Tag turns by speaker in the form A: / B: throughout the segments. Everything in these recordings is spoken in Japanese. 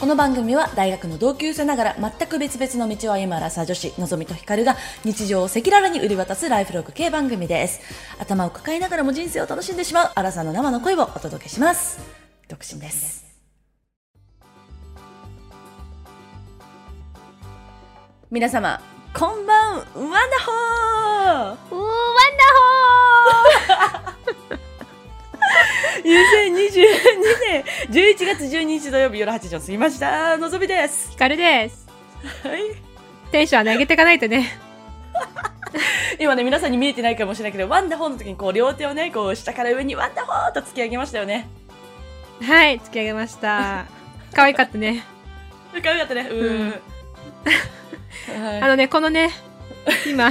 A: この番組は大学の同級生ながら全く別々の道を歩むアラサー女子のぞみとひかるが日常を赤裸々に売り渡すライフログ系番組です頭を抱えながらも人生を楽しんでしまうアラサーの生の声をお届けします独身です皆様こんばんワンダホー
B: うーワンダ
A: 2022年11月12日土曜日夜8時を過ぎましたのぞみです
B: ホーヒカルです
A: はい
B: テンション上げていかないとね
A: 今ね皆さんに見えてないかもしれないけどワンダホーの時にこう両手をねこう下から上にワンダホーと突き上げましたよね
B: はい突き上げました可愛かったね
A: 浮かびかったねうーん、はい
B: あのねこのね
A: は
B: 今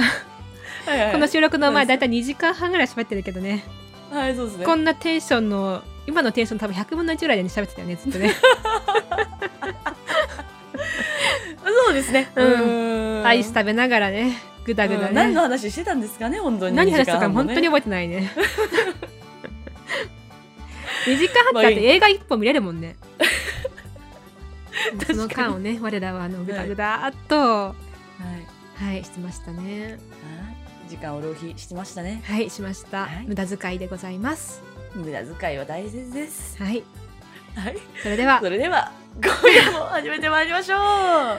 A: いはい
B: この収録の前
A: そ
B: だ
A: う
B: いたい2時間半ぐらい喋ってるけどね
A: はいそうですね
B: こんなテンションの今のテンション多分100分の1ぐらいでね喋ってたよねずっとね
A: そうですね
B: うん
A: ーん
B: アイス食べながらねグダグ
A: うん
B: ダ
A: 何の
B: ね
A: 話してたんですかね本当に
B: 何話したか本当
A: 覚
B: に覚えてな いね2時間半ってだって映画1本見れるも んねその間をね我らはあのグダグダっと
A: えはい
B: はい、してましたね。
A: はい時間を浪費してましたね
B: はい、しました。
A: はい
B: 無駄遣いでございます。
A: 無駄遣いは大切です
B: はい、
A: はい
B: それでは
A: そ、れでは今夜も始めてまいりましょうア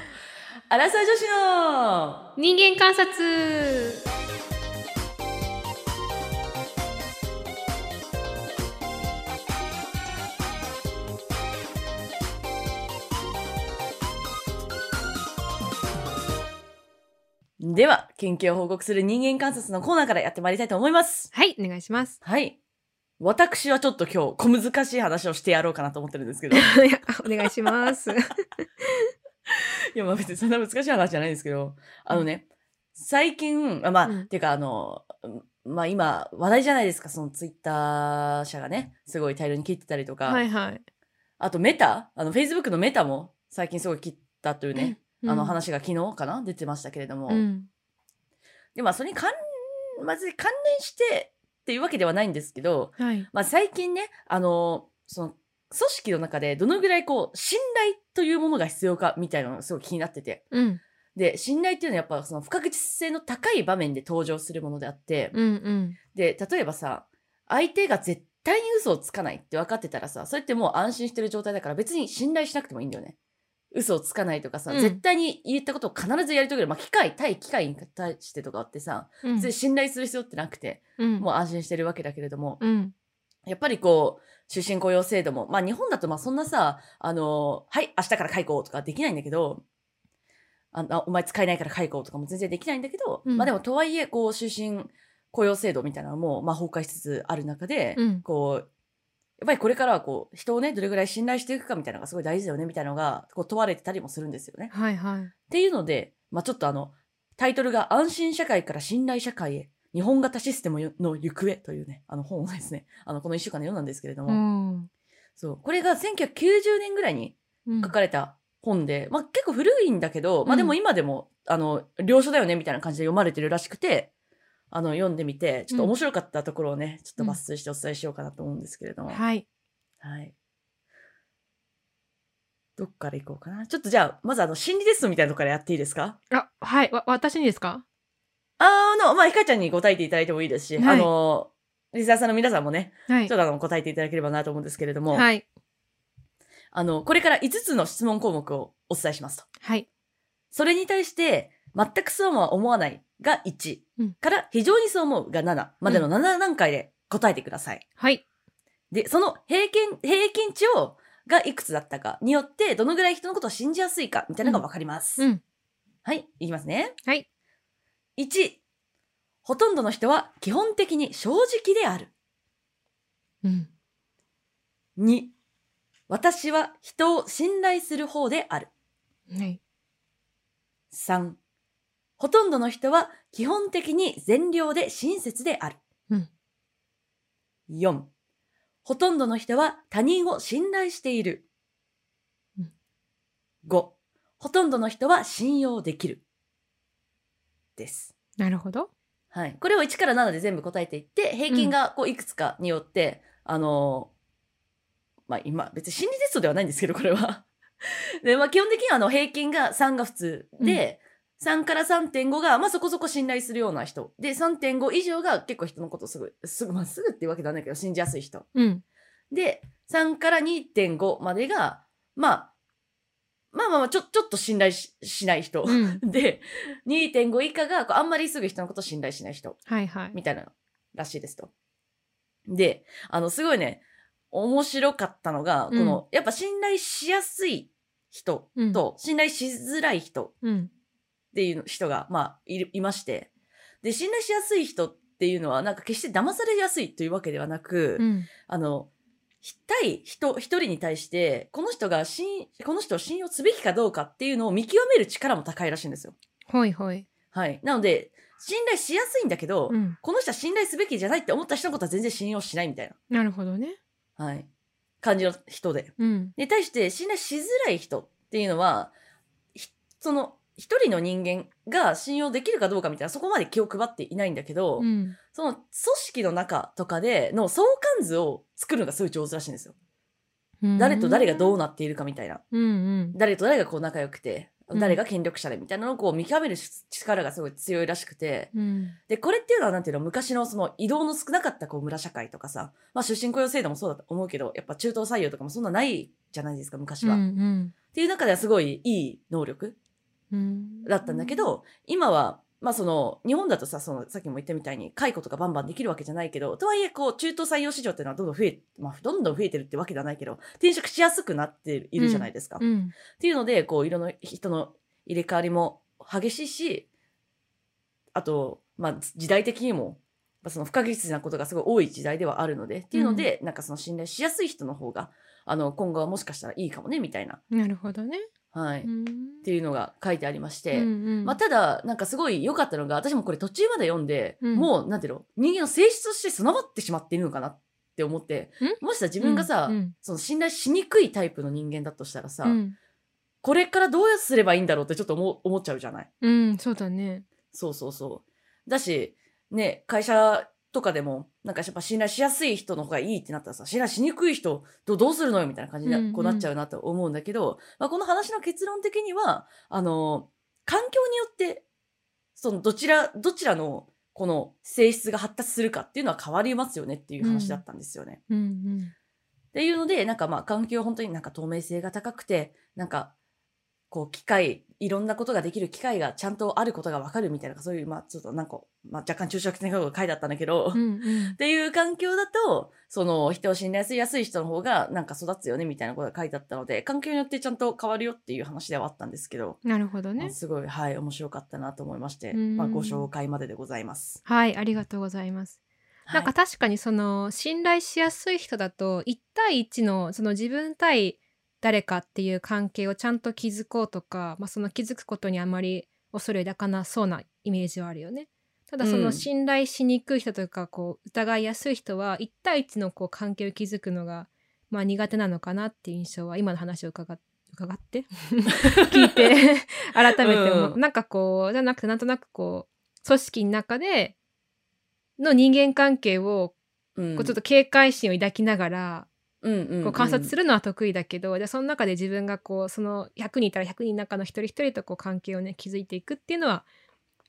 A: ラサー女子の
B: 人間観察。
A: では、研究を報告する人間観察のコーナーからやってまいりたいと思います。
B: はい、お願いします。
A: はい。私はちょっと今日、小難しい話をしてやろうかなと思ってるんですけ ど。い
B: いやお願い します。
A: や、まあ別にそんな難しい話じゃないんですけど。あのね、最近、あまあ、
B: うん
A: ていうかあの、まあ今、話題じゃないですか、そのツイッター社がね、すごい大量に切ってたりとか。
B: はいはい。
A: あとメタ、あの、Facebook のメタも最近すごい切ったというね、あの話が昨日かな出てましたけれども。
B: をうん、
A: で、まあそれに関、まず関連してっていうわけではないんですけど、
B: はい。
A: まあ、最近ね、あのその、組織の中でどのぐらいこう、信頼というものが必要かみたいなのがすごい気になってて。
B: うん、
A: で、信頼っていうのはやっぱその不確実性の高い場面で登場するものであって、
B: うん、うん。
A: で、例えばさ、相手が絶対に嘘をつかないって分かってたらさ、それってもう安心してる状態だから別に信頼しなくてもいいんだよね。嘘をつかないとかさ、
B: うん
A: 絶対に言ったことを必ずやり遂げる。まあ、機械、対機械に対してとかってさ、
B: うん
A: 別に信頼する必要ってなくて、
B: うん、
A: もう安心してるわけだけれども、
B: うん、
A: やっぱりこう、終身雇用制度も、まあ日本だとまあそんなさ、あの、はい、明日から解雇とかできないんだけど、ああお前使えないから解雇とかも全然できないんだけど、
B: うん
A: まあでもとはいえ、こう、終身雇用制度みたいなのも、まあ崩壊しつつある中で、
B: うん
A: こう、やっぱりこれからはこう、人をね、どれぐらい信頼していくかみたいなのがすごい大事だよね、みたいなのが、こう問われてたりもするんですよね。っ
B: はいはい。
A: ていうので、まあちょっとあの、タイトルが安心社会から信頼社会へ、日本型システムの行方というね、あの本をですね、あの、この一週間で読んだんですけれども、
B: うん
A: そう。これが1990年ぐらいに
B: うん
A: 書かれた本で、まあ結構古いんだけど、ま
B: う
A: あ
B: ん
A: でも今でも、あの、了承だよねみたいな感じで読まれてるらしくて、あの、読んでみて、ちょっと面白かったところをね、ちょっと抜粋してお伝えしようかなと思うんですけれども。
B: はい。
A: はい。どっから行こうかな。ちょっとじゃあ、まずあの、心理テストみたいなとこからやっていいですか
B: あ、はい。わ、私にですか
A: あの、まあ、ひかちゃんに答えていただいてもいいですし、
B: は
A: あ
B: い
A: の、リスナーさんの皆さんもね、
B: は
A: ちょ
B: い
A: っ。とあの、答えていただければなと思うんですけれども、
B: はい。
A: あの、これから5つの質問項目をお伝えしますと。
B: はい。
A: それに対して、全くそうは思わないが1、
B: うん
A: から非常にそう思うが7までの7段階で答えてください。
B: はい。
A: で、その平均、平均値を、がいくつだったかによって、どのぐらい人のことを信じやすいか、みたいなのがわかります。
B: うん。
A: はい、いきますね。
B: はい。
A: 1、ほとんどの人は基本的に正直である。
B: うん。
A: 2、私は人を信頼する方である。
B: はい。
A: 3ほとんどの人は基本的に善良で親切である。
B: うん
A: 4ほとんどの人は他人を信頼している。
B: うん
A: 5ほとんどの人は信用できる。です。
B: なるほど。
A: はい。これを1から7で全部答えていって、平均がこういくつかによって、あのーまあ今、別に心理テストではないんですけど、これは。 で、まあ、基本的にはあの平均が3が普通で、3から3.5が、まあ、そこそこ信頼するような人。で、3.5以上が結構人のことすぐ、すぐ、まあ、すぐっていうわけなんだけど、信じやすい人。
B: うん。
A: で、3から2.5までが、まあ、まあまあまあ、ちょ、ちょっと信頼ししない人。
B: うん。
A: で、2.5以下が、こうあんまりすぐ人のこと信頼しない人。
B: はいはい。
A: みたいなのらしいですと。で、あの、すごいね、面白かったのが、
B: うん
A: この、やっぱ信頼しやすい人と、信頼しづらい人っ
B: うん。
A: ていう人が、まあ、いるいまして、で、信頼しやすい人っていうのは、なんか決して騙されやすいというわけではなく、
B: うん。
A: あの、ひ対人、一人に対して、この人が信、この人を信用すべきかどうかっていうのを見極める力も高いらしいんですよ。
B: ほいほい。
A: はい。なので、信頼しやすいんだけど、
B: うん。
A: この人は信頼すべきじゃないって思った人のことは全然信用しないみたい
B: なるほどね。
A: な、はい、感じの人で。
B: うん。
A: で、対して信頼しづらい人っていうのは、ひその、一人の人間が信用できるかどうかみたいな、そこまで気を配っていないんだけど、
B: うん。
A: その組織の中とかでの相関図を作るのがすごい上手らしいんですよ。誰と誰がどうなっているかみたいな。
B: うんうん。
A: 誰と誰がこう仲良くて、
B: うん
A: 誰が権力者でみたいなのをこう見極める力がすごい強いらしくて、
B: うん。
A: で、これっていうのは、なんていうの、昔のその移動の少なかったこう村社会とかさ、まあ出身雇用制度もそうだと思うけど、やっぱ中東採用とかもそんなないじゃないですか、昔は。
B: う
A: っ
B: ん
A: ていう中ではすごいいい能力
B: うん。
A: だったんだけど、今は、まあその、日本だとさ、その、さっきも言ったみたいに、解雇とかバンバンできるわけじゃないけど、とはいえ、こう、中東採用市場っていうのはどんどん増え、まあ、どんどん増えてるってわけではないけど、転職しやすくなっているじゃないですか。
B: うん。
A: っていうので、こう、色の人の入れ替わりも激しいし、あと、まあ、時代的にも、まあその不確実なことがすごい多い時代ではあるので、っていうので、なんかその信頼しやすい人の方が、あの、今後はもしかしたらいいかもね、みたいな、
B: なるほどね。
A: はい、
B: う
A: っ
B: ん。
A: ていうのが書いてありまして、
B: うん
A: まあ、、ただ、なんかすごい良かったのが、私もこれ途中まで読んで、
B: うん
A: もう、なんていうの、人間の性質として備わってしまっているのかなって思って、もしさ、自分がさ、
B: うん
A: その信頼しにくいタイプの人間だとしたらさ、
B: うん。
A: これからどうすればいいんだろうってちょっと思う思っちゃうじゃない
B: うん、そうだね。
A: そうそうそう。だし、ね、会社とかでも、なんかやっぱ信頼しやすい人の方がいいってなったらさ、信頼しにくい人どどうするのよみたいな感じに
B: うんうん
A: なこうなっちゃうなと思うんだけど、まあ、この話の結論的には、あの、環境によって、そのどちら、どちらのこの性質が発達するかっていうのは変わりますよねっていう話だったんですよね。
B: うん
A: っていうので、なんかまあ環境本当になんか透明性が高くて、なんかこう機械、いろんなことができる機械がちゃんとあることがわかるみたいな、そういうまあちょっとなんか、まあ若干抽象的なことが書いてあったんだけど、
B: うん。
A: っ
B: うんうん。
A: ていう環境だと、その人を信頼しやすい人の方がなんか育つよねみたいなことが書いてあったので、環境によってちゃんと変わるよっていう話ではあったんですけど、
B: なるほど
A: まあ
B: ね。
A: すごい、はい、面白かったなと思いまして、
B: うん
A: まあご紹介まででございます。
B: はい、ありがとうございます。なんか
A: はい
B: 確かにその信頼しやすい人だと1対1のその自分対誰かっていう関係をちゃんと築こうとか、まあ、その築くことにあまり恐れ抱かなそうなイメージはあるよね。ただそうの
A: ん
B: 信頼しにくい人とかこう疑いやすい人は1対1のこう関係を築くのがまあ苦手なのかなっていう印象は今の話を伺っ伺って 聞いて改めて思う、
A: うん
B: なんかこうじゃなくてなんとなくこう組織の中での人間関係を
A: うん
B: こうちょっと警戒心を抱きながら、
A: うんうんうん
B: こう観察するのは得意だけど、じゃあその中で自分がこうその100人いたら100人の中の一人一人とこう関係をね築いていくっていうのは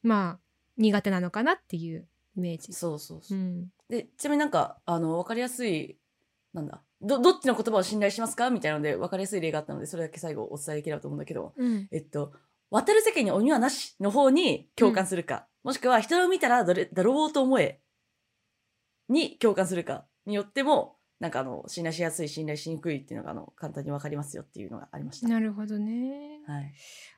B: まあ苦手なのかなっていうイメージ。
A: そうそうそう。
B: うん、
A: で、ちなみになんか、あの、わかりやすい、なんだ、ど、どっちの言葉を信頼しますかみたいなので、わかりやすい例があったので、それだけ最後お伝えできればと思うんだけど、
B: うん
A: えっと、渡る世間に鬼はなしの方に共感するか、もしくは人を見たらどれ、だろうと思えに共感するかによっても、なんかあの、信頼しやすい、信頼しにくいっていうのが、あの、簡単にわかりますよっていうのがありました。
B: なるほどね。
A: はい。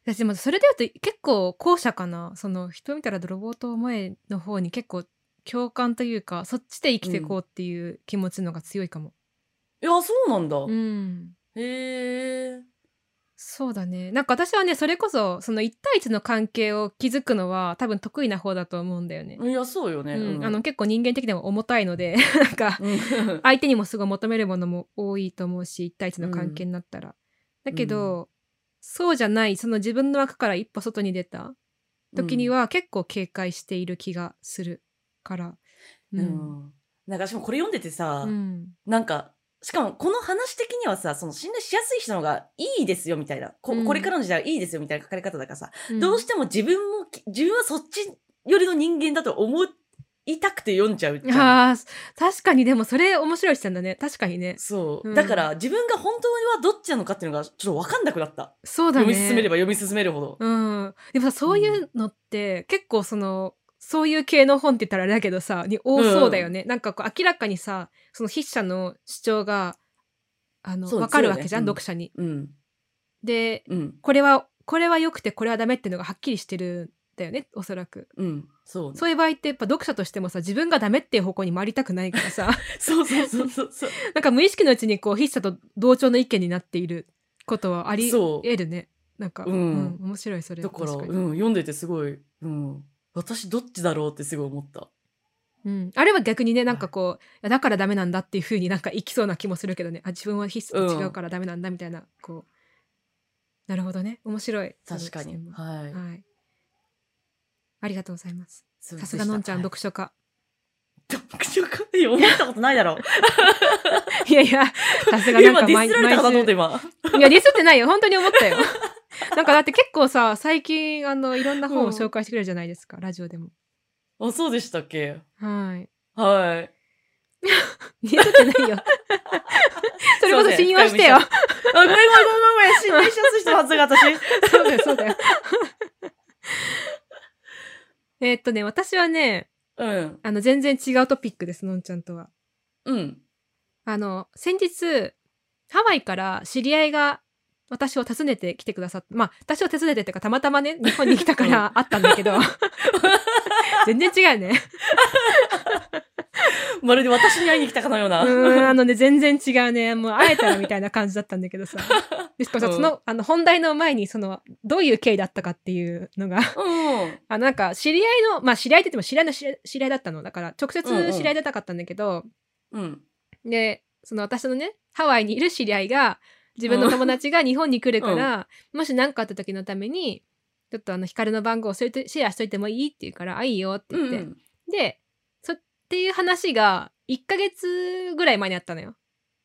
B: 私でもそれで言うと結構後者かなその人見たら泥棒と思えの方に結構共感というかそっちで生きていこうっていう気持ちのが強いかも。
A: いや、そうなんだ。
B: うん
A: へえ。
B: そうだねなんか私はねそれこそその1対1の関係を築くのは多分得意な方だと思うんだよね。
A: いや、そうよね。
B: うん
A: うん
B: あの、結構人間的にも重たいので なんか
A: うん
B: 相手にもすごい求めるものも多いと思うし1対1の関係になったら。だけど、そうじゃないその自分の枠から一歩外に出た時には結構警戒している気がするから。
A: うん、なんか私もこれ読んでてさ、
B: うん
A: なんか、しかもこの話的にはさその信頼しやすい人の方がいいですよみたいなこ,、
B: うん
A: これからの時代はいいですよみたいな書かれ方だからさ、
B: ん
A: どうしても自分もき自分はそっちよりの人間だと思いたくて読んじゃうじゃん。
B: あー確かにでもそれ面白い視点だね確かにね
A: そう、
B: うん
A: だから自分が本当はどっちなのかっていうのがちょっと分かんなくなった、
B: そうだね
A: 読み進めれば読み進めるほど、
B: うん、でもさそういうのって、結構そのそういう系の本って言ったらあれだけどさに多そうだよね、なんかこう明らかにさその筆者の主張があの
A: そう
B: 分かるわけじゃん、
A: そうだねうん
B: 読者に。
A: うん
B: で
A: うん
B: これはこれは良くてこれはダメっていうのがはっきりしてるんだよねおそらく。
A: うんそうね
B: そういう場合ってやっぱ読者としてもさ自分がダメっていう方向に回りたくないからさ
A: そうそうそうそうそう
B: なんか無意識のうちにこう筆者と同調の意見になっていること はあり
A: そう
B: 得るね。なんか、
A: うん
B: うん面白いそれ
A: だから、
B: 確かに
A: うん、読んでてすごい、うん、私どっちだろうってすごい思った。
B: うん、あれは逆にねなんかこう、いやだからダメなんだっていうふうになんかいきそうな気もするけどねあ自分は必須と違うからダメなんだみたいな、こうなるほどね面白い
A: 確かに
B: その視点。も
A: はい。
B: はい、ありがとうございます
A: そうで
B: さ
A: した
B: すがのんちゃん、
A: はい
B: 読書家
A: 読書家いや、思ったことないだ ろう。
B: いやいやさすがなん
A: 今
B: か
A: ディスられたかと思って今。
B: 週いやディスってないよ本当に思ったよなんかだって結構さ最近あのいろんな本を紹介してくれるじゃないですか、ラジオでも
A: あ、そうでしたっけ
B: はい
A: はい。
B: ディスってないよ それこそ信用してよ
A: あ、ごめんごめんごめんごめん。信頼しやすい人はずが私。
B: そうだよ、そうだよ。 えーっとね、私はね、
A: うん。
B: あの、全然違うトピックです、のんちゃんとは。
A: うん。
B: あの、先日、ハワイから知り合いが私を訪ねてきてくださって、まあ、私を訪ねてっていうか、たまたまね、日本に来たから会ったんだ けど、全然違うね。
A: まるで私に会いに来たかのよう
B: う
A: な。
B: ーん、あのね、全然違うね。もう会えたらみたいな感じだったんだけ どさ。でしかもさ
A: うん
B: その、あの、本題の前に、その、どういう経緯だったかっていうのが、
A: うん。
B: あなんか知り合いのまあ知り合いって言っても知り合いの知り合い知り合いだったのだから直接
A: うんうん
B: 知り合いじゃなかったんだけど、
A: うん。
B: でその私のねハワイにいる知り合いが自分の友達が日本に来るから、もし何かあった時のためにちょっとあの光の番号をシェアシェアしといてもいいって言うからあいいよって
A: う
B: 言って、
A: ん。
B: でそっていう話が1ヶ月ぐらい前にあったのよ。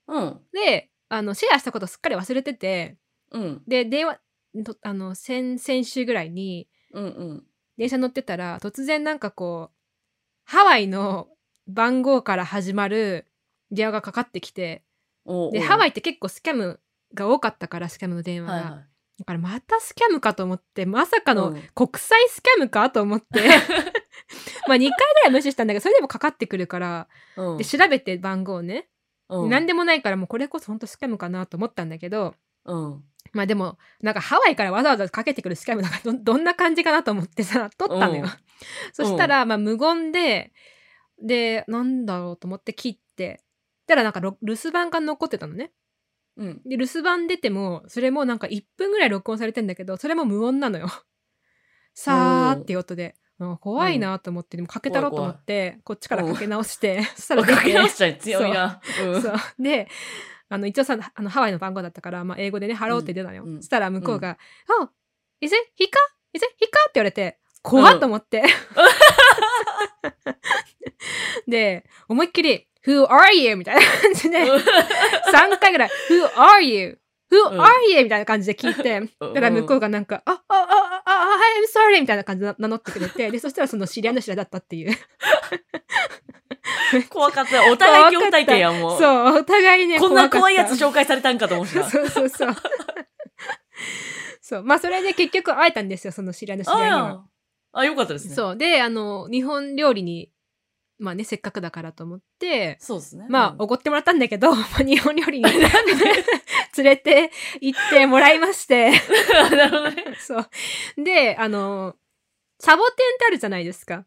A: うん。
B: であのシェアしたことすっかり忘れてて
A: うん。
B: で電話とあの先先週ぐらいに
A: うん。うん。
B: 電車乗ってたら突然なんかこうハワイの番号から始まる電話がかかってきて
A: お
B: でハワ
A: イ
B: イって結構スキャムが多かったからスキャムの電話が、
A: はいは
B: だからまたスキャムかと思ってまさか
A: い。
B: の
A: うん
B: 国際スキャムかと思って まあ2回ぐらい無視したんだけどそれでもかかってくるから
A: うん
B: で調べて番号ね、
A: うん
B: 何でもないからもうこれこそ本当スキャムかなと思ったんだけど
A: うん。
B: まあでもなんかハワイからわざわざかけてくるスキャムなん かどどんな感じかなと思ってさ撮ったのよ
A: うん。
B: そしたらまあ無言ででなんだろうと思って切ってたらなんかろ留守番が残ってたのね。
A: うん。
B: で留守番出てもそれもなんか1分ぐらい録音されてんだけどそれも無音 なのよ。さーっていう音で。うん怖いなと思って、でもかけたろうと思ってこっちからかけ直して、 そしたら出
A: かけ
B: て
A: 直したい強いな。うん
B: そうであの一応さあのハワイの番号だったから、まあ、英語でね「ハロー」って出たのよ、
A: うんうん
B: そしたら向こうが「あ、いせひかいせひか?」って言われて怖っと思って、で思いっきり「Who are you?」みたいな感じで3回ぐらい「Who are you?」Who
A: うん
B: are you? みたいな感じで聞いて、だから向こうがなんか、あ、あ、あ、あ、あ、はい、I'm sorry! みたいな感じで名乗ってくれて、で、そしたらその知り合いの知り合いだったっていう。
A: 怖かった。お互い恐怖体験やんもう。
B: そう、お互いね、
A: こんな
B: かった
A: 怖いやつ紹介されたんかと思ってた。
B: そうそうそう。そう。 まあ、それで結局会えたんですよ、その知り合いの知り合いには。
A: ああ、よかったですね。
B: そう。で、あの、日本料理に、まあね、せっかくだからと思って、
A: そうですね。
B: まあ、
A: うん
B: おごってもらったんだけど、 まあ日本料 理に 連れて行ってもらい まして、
A: なるほどね。
B: そう。で、あの、サボテンってあるじゃないですか。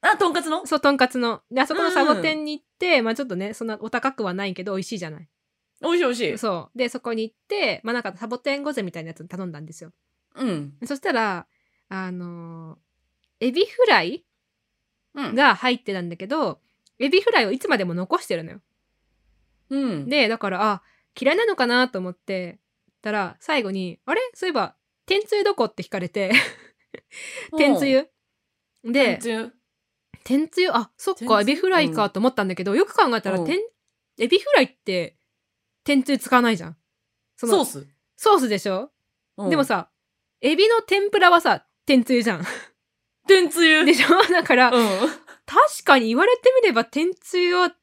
A: あ、とんかつの
B: そう、とんかつの。で、あそこのサボテンに行って、まあちょっとね、そんなお高くはないけど、美味しいじゃない。
A: 美味しい美味しい。
B: そう。で、そこに行って、まあなんかサボテン御膳みたいなやつ頼んだんですよ。
A: うん。
B: そしたら、あのーエビフライ
A: うん。
B: が入ってたんだけど、エビフライをいつまでも残してるのよ。
A: うん。
B: で、だから、あ、嫌いなのかなと思って、たら、最後に、あれそういえば、天つゆどこって聞かれて、天つゆ。
A: で、天、
B: で
A: つゆ。
B: 天つゆ、あ、そっ
A: 天つ
B: か、
A: ゆ
B: エビフライかと思ったんだけど、よく考えたら、
A: うん
B: 天、エビフライって、天つゆ使わないじゃん。その
A: ソース、
B: ソースでしょ、
A: うん
B: でもさ、エビの天ぷらはさ、天つゆじゃん。
A: 天つゆ
B: でしょ だから、
A: うん、
B: 確かに言われてみれば天つゆは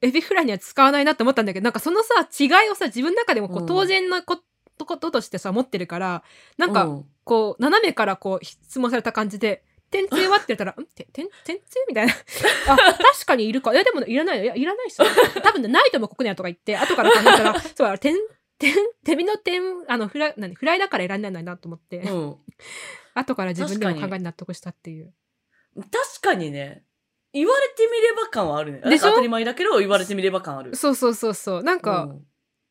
B: エビフライには使わないなって思ったんだけどなんかそのさ違いをさ自分の中でもこ
A: うん
B: う当然のこ,、とこととしてさ持ってるからなん
A: う
B: かこう斜めからこう質問された感じで「天つゆは?」って言ったら 「んて天天つゆ?」みたいな 「あ確かにいるかいやでもいらないよいやいらないっしょ多分ねないと思う国内とか言って後から考えた らそうだ天天手びの天あのフライ何フライだから選んでないなと思って、
A: うん
B: 後から自分でも考
A: 確か
B: えに納得したっていう
A: 確かにね言われてみれば感はあるね
B: でしょ
A: 当たり前だけど言われてみれば感ある
B: そうそうそうそうなんか、
A: うん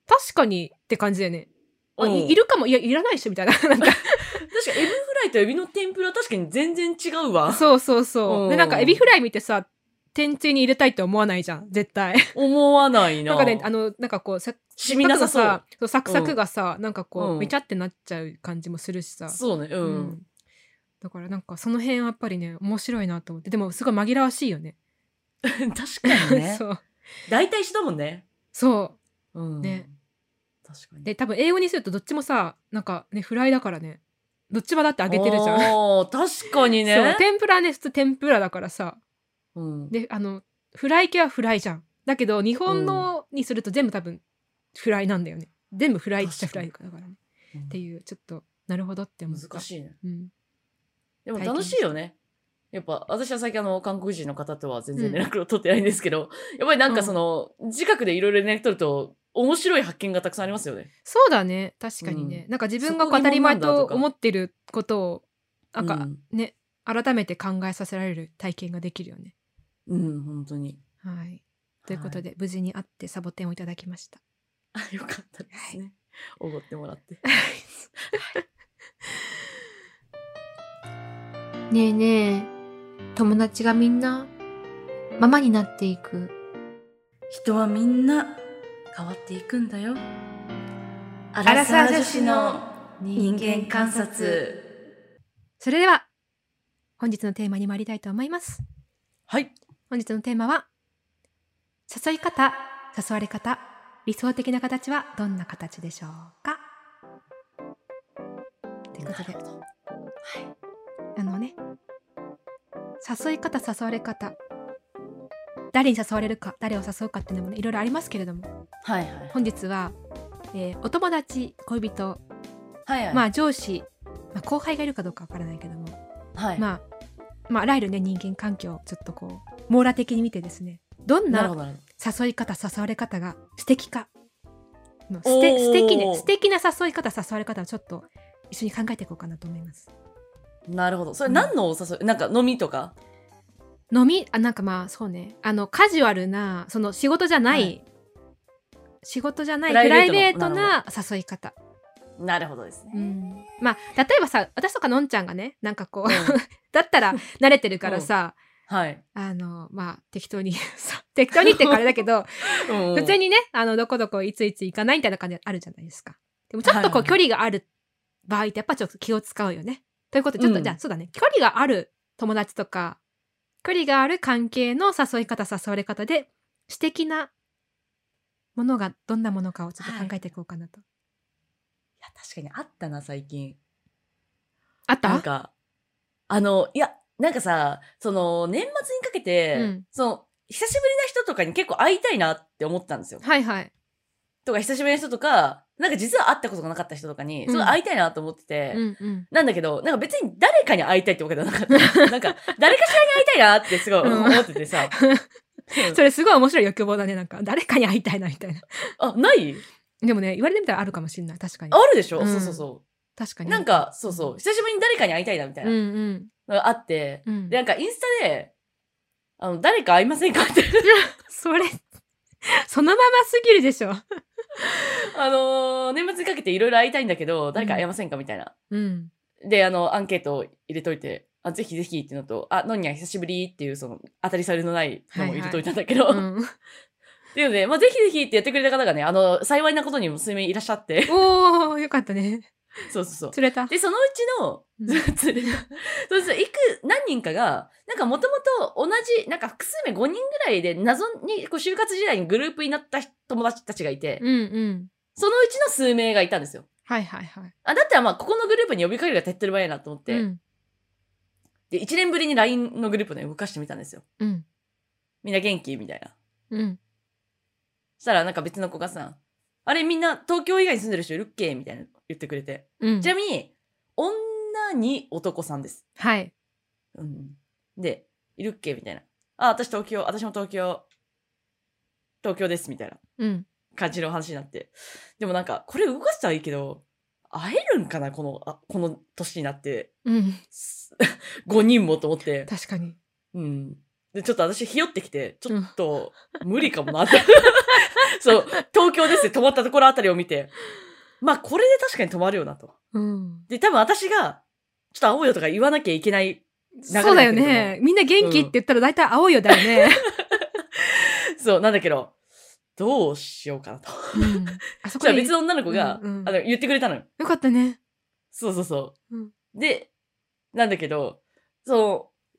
B: 確かにって感じだよね。あ
A: うん
B: いいるかもいやいらないっしょ みたいななんか
A: 確かエビフライとエビの天ぷらは確かに全然違うわ
B: そうそうそう、
A: うん
B: でなんかエビフライ見てさ天つゆに入れたいと思わないじゃん絶対
A: 思わないな
B: なんかねあのなんかこうさ
A: 染みなさそう
B: さそうサクサクがさ、なんかこう、
A: うん
B: めちゃってなっちゃう感じもするしさ、
A: そうねうん、
B: うんだからなんかその辺はやっぱりね面白いなと思ってでもすごい紛らわしいよね
A: 確かにね
B: そう
A: 大体一緒だもんね
B: そ
A: うん
B: ね
A: 確か
B: う
A: に
B: で多分英語にするとどっちもさなんかねフライだからねどっちもだって揚げてるじゃん、
A: あー確かに
B: そう
A: ね
B: 天ぷらはね普通天ぷらだからさ
A: うん
B: であのフライ系はフライじゃんだけど日本のにすると全部多分フライなんだよね全部フライっちゃフライだからね
A: うん
B: っていうちょっとなるほどって思った
A: 難しいね
B: うん、
A: でも
B: 体験
A: 楽しいよね。やっぱ、私は最近あの、韓国人の方とは全然連絡を取ってないんですけど、やっぱりなんかその、近くでいろいろ連絡取ると、面白い発見がたくさんありますよね。
B: そうだね確かにね、
A: う
B: なんか自分
A: そ
B: が
A: こ
B: 当
A: 疑問
B: たり前
A: なんだ
B: と
A: とか
B: 思ってることをなん
A: う
B: か
A: ん、
B: ね、改めて考えさせられる体験ができるよね
A: うん、本当に。
B: はいということで、無事に会ってサボテンをいただきました
A: はい。あよかったですね。おごってもらって。
B: ねえねえ友達がみんなママになっていく
A: 人はみんな変わっていくんだよ。ア
B: ラサー女子の人間観察。それでは本日のテーマに参りたいと思います
A: はい。
B: 本日のテーマは誘い方誘われ方理想的な形はどんな形でしょうかということで
A: なるほど
B: あのね誘い方誘われ方誰に誘われるか誰を誘うかっていうのもねいろいろありますけれども
A: はいはい。
B: 本日は、えーお友達恋人、
A: はいはい。
B: まあ上司、まあ、後輩がいるかどうかわからないけども
A: はい。
B: まあ、まあ、あらゆるね人間環境をちょっとこう網羅的に見てですねどん
A: なるほ
B: な
A: どなるほ
B: 誘い方誘われ方が素敵かの
A: お
B: 素
A: ー
B: て素敵ね素敵な誘い方誘われ方をちょっと一緒に考えていこうかなと思います。
A: ど。なるほど。それ何のお誘い、なんか飲みとか
B: 飲みあなんかまあそうねあのカジュアルなその仕事じゃない、
A: はい
B: 仕事じゃない
A: プ
B: プ
A: ラ
B: ラ
A: イ
B: イ
A: ベー
B: ベー
A: トの
B: トな誘い方、
A: なるほどです
B: う
A: ね。
B: ん、まあ例えばさ私とかのんちゃんがねなんかこ
A: う
B: う、
A: ん
B: だったら慣れてるからさ、
A: はい。
B: あのまあ適当に さ適当にって言うからあれだ けど
A: 普
B: 普通にねあのどこどこいついつ行かないみたいな感じあるじゃないですかでもちょっとこ
A: は
B: う
A: いは
B: 距離がある場合ってやっぱちょっと気を使うよねということでちょっと、
A: うん
B: じゃあそうだね距離がある友達とか距離がある関係の誘い方誘われ方で私的なものがどんなものかをちょっと考えていこうかなと、
A: いや、確かにあったな、最近。
B: あっ
A: なん
B: た
A: か、あの、いや、なんかさ、その、年末にかけて、
B: うん
A: その、久しぶりな人とかに結構会いたいなって思ったんですよ。
B: はいはい
A: とか、久しぶりな人とか、なんか実は会ったことがなかった人とかに、
B: うん
A: すごい会いたいなと思ってて、
B: うんうん
A: なんだけど、なんか別に誰かに会いたいってわけではなかった。なんか、誰かしらに会いたいなってすごい
B: うん
A: 思っててさ。うん
B: それすごい面白い欲望だねなんか誰かに会いたいなみたいな
A: あ、ない
B: でもね言われてみたらあるかもしれない確かに
A: あるでしょ、
B: うん
A: そうそうそ
B: 確か
A: う。
B: に
A: なんか、そうそう。久しぶりに誰かに会いたいなみたい
B: うん
A: な。
B: うん
A: のがあって、
B: うん
A: で、なんかインスタで、あの、誰か会いませんかって。
B: それ、 そのまますぎるでしょ。
A: あのー年末にかけていろいろ会いたいんだけど、誰か会えませんかみたいな。
B: うん。
A: で、あの、アンケートを入れといて、あ、ぜひぜひっていうのと、あ、のんにゃん久しぶりっていう、その、当たり障りのないのも入れといたんだけど、
B: うん、
A: っていうので、まあ、ぜひぜひってやってくれた方がね、あの、幸いなことにも数名いらっしゃって、
B: おー、よかったね。
A: そうそうそう。
B: 釣れ た。
A: で、そのうちの、
B: うん
A: 釣れた。そうそう、いく、何人かが、なんかもともと同じ、なんか複数名5人ぐらいで、謎に、こう、就活時代にグループになった友達たちがいて、
B: うんうん。
A: そのうちの数名がいたんですよ。
B: はいはいはい。
A: あ、だったらまあ、ここのグループに呼びかけるが手っ取り早いなと思って、
B: うん
A: で、1年ぶりに LINE のグループね、動かしてみたんですよ。
B: うん
A: みんな元気みたいな。
B: うん
A: そしたらなんか別の子がさ、あれみんな東京以外に住んでる人いるっけみたいな言ってくれて。
B: うん。
A: ちなみに、女に男さんです。
B: はい。
A: うん。で、いるっけみたいな。あ、私東京、私も東京、東京です、みたいな
B: うん。
A: 感じの話になって。でもなんか、これ動かしたらいいけど、会えるんかなこの、あこの年になって。
B: うん。
A: す5人もと思って。
B: 確かに。
A: うん。で、ちょっと私、ひよってきて、ち
B: う
A: ょ
B: ん
A: っと、無理かもなって。 そう、東京ですね、泊まったところあたりを見て。まあ、これで確かに泊まるよなと。
B: うん。
A: で、多分私が、ちょっと会おうよとか言わなきゃいけない流れだけれども
B: そうだよね。みんな元気って言ったら大体青いよだよ ね。
A: そう、なんだけど、どうしようかなと。
B: うんあ
A: そし
B: そこ
A: たら
B: で
A: 別の女の子が、
B: うんうん
A: あの言ってくれたのよ。
B: よかったね。
A: そうそうそう。
B: うん
A: で、なんだけど、そ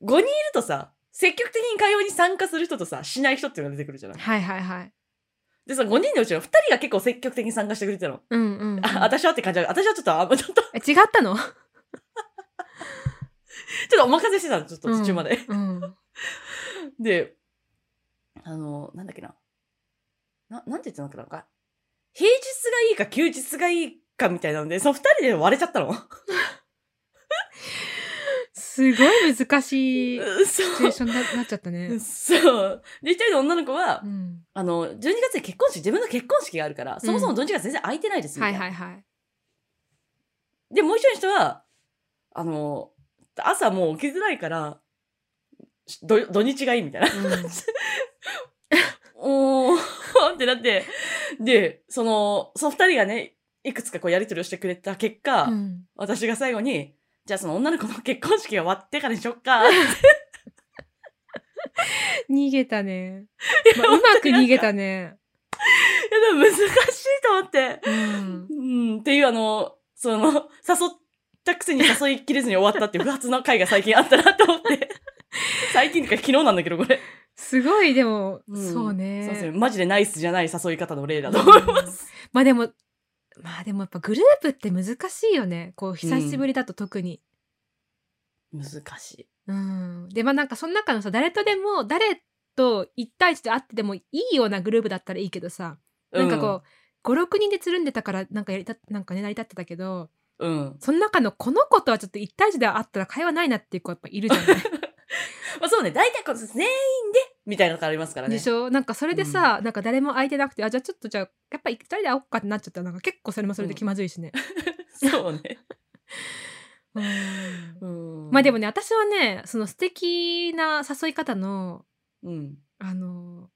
A: の、5人いるとさ、積極的に会話に参加する人とさ、しない人っていうのが出てくるじゃない。
B: はいはいはい。
A: で、その5人のうちの2人が結構積極的に参加してくれてたの。
B: うんうんうん。
A: あ、私はって感じだ私はちょっと、あ、ちょっと、
B: え違ったの
A: ちょっとお任せしてたの、ちょっと途中まで。
B: うん。
A: で、あの、なんだっけな。な、なんて言ってたのかなんか、平日がいいか休日がいいかみたいなので、その二人で割れちゃったの。
B: すごい難しいシ
A: うんそ
B: チュエーションにななっちゃったね
A: う。。そう。で、一人の女の子は、
B: うん。
A: あの、12月で結婚式、自分の結婚式があるから、そもそも12月全然空いてないですみた
B: はいい
A: な。
B: はいはい。
A: で、もう一人の人は、あの、朝もう起きづらいから、ど土日がいいみたいな。 おーってなって、で、その、その二人がね、いくつかこうやり取りをしてくれた結果、
B: うんうん。
A: 私が最後に、じゃあその女の子の結婚式が終わってからにしよっか。
B: 逃げたね。まあうまく逃げたね。
A: いや、でも難しいと思って。
B: うん。
A: うん、っていうあの、その、誘 ったくせに誘いきれずに終わったっていう不発の回が最近あったなと思っ て。最近とか昨日なんだけど、これ。
B: すごい、でも、
A: ん
B: そうね。
A: そうですね。マジでナイスじゃない誘い方の例だと思います。
B: まあでも、まあでもやっぱグループって難しいよね。こう、久しぶりだと特に。
A: 難しい。
B: うん。で、まあなんかその中のさ、誰とでも、誰と一対一で会ってでもいいようなグループだったらいいけどさ、なんかこう、5、6人でつるんでたから、なんかやりた、なんかね、成り立ってたけど、
A: うん、うん。
B: その中のこの子とはちょっと一対一で会ったら会話ないなっていう子やっぱいる じゃない。
A: まあそうね、大体この全員で、みたいなのがありますからね。
B: でしょなんかそれでさ、なんか誰も空いてなくて、あ、じゃあちょっとじゃあ、やっぱ一人で会おうかってなっちゃったら、なんか結構それもそれで気まずいしね。
A: そうね。
B: うん
A: うん
B: まあでもね、私はね、その素敵な誘い方の、
A: うん。
B: あの、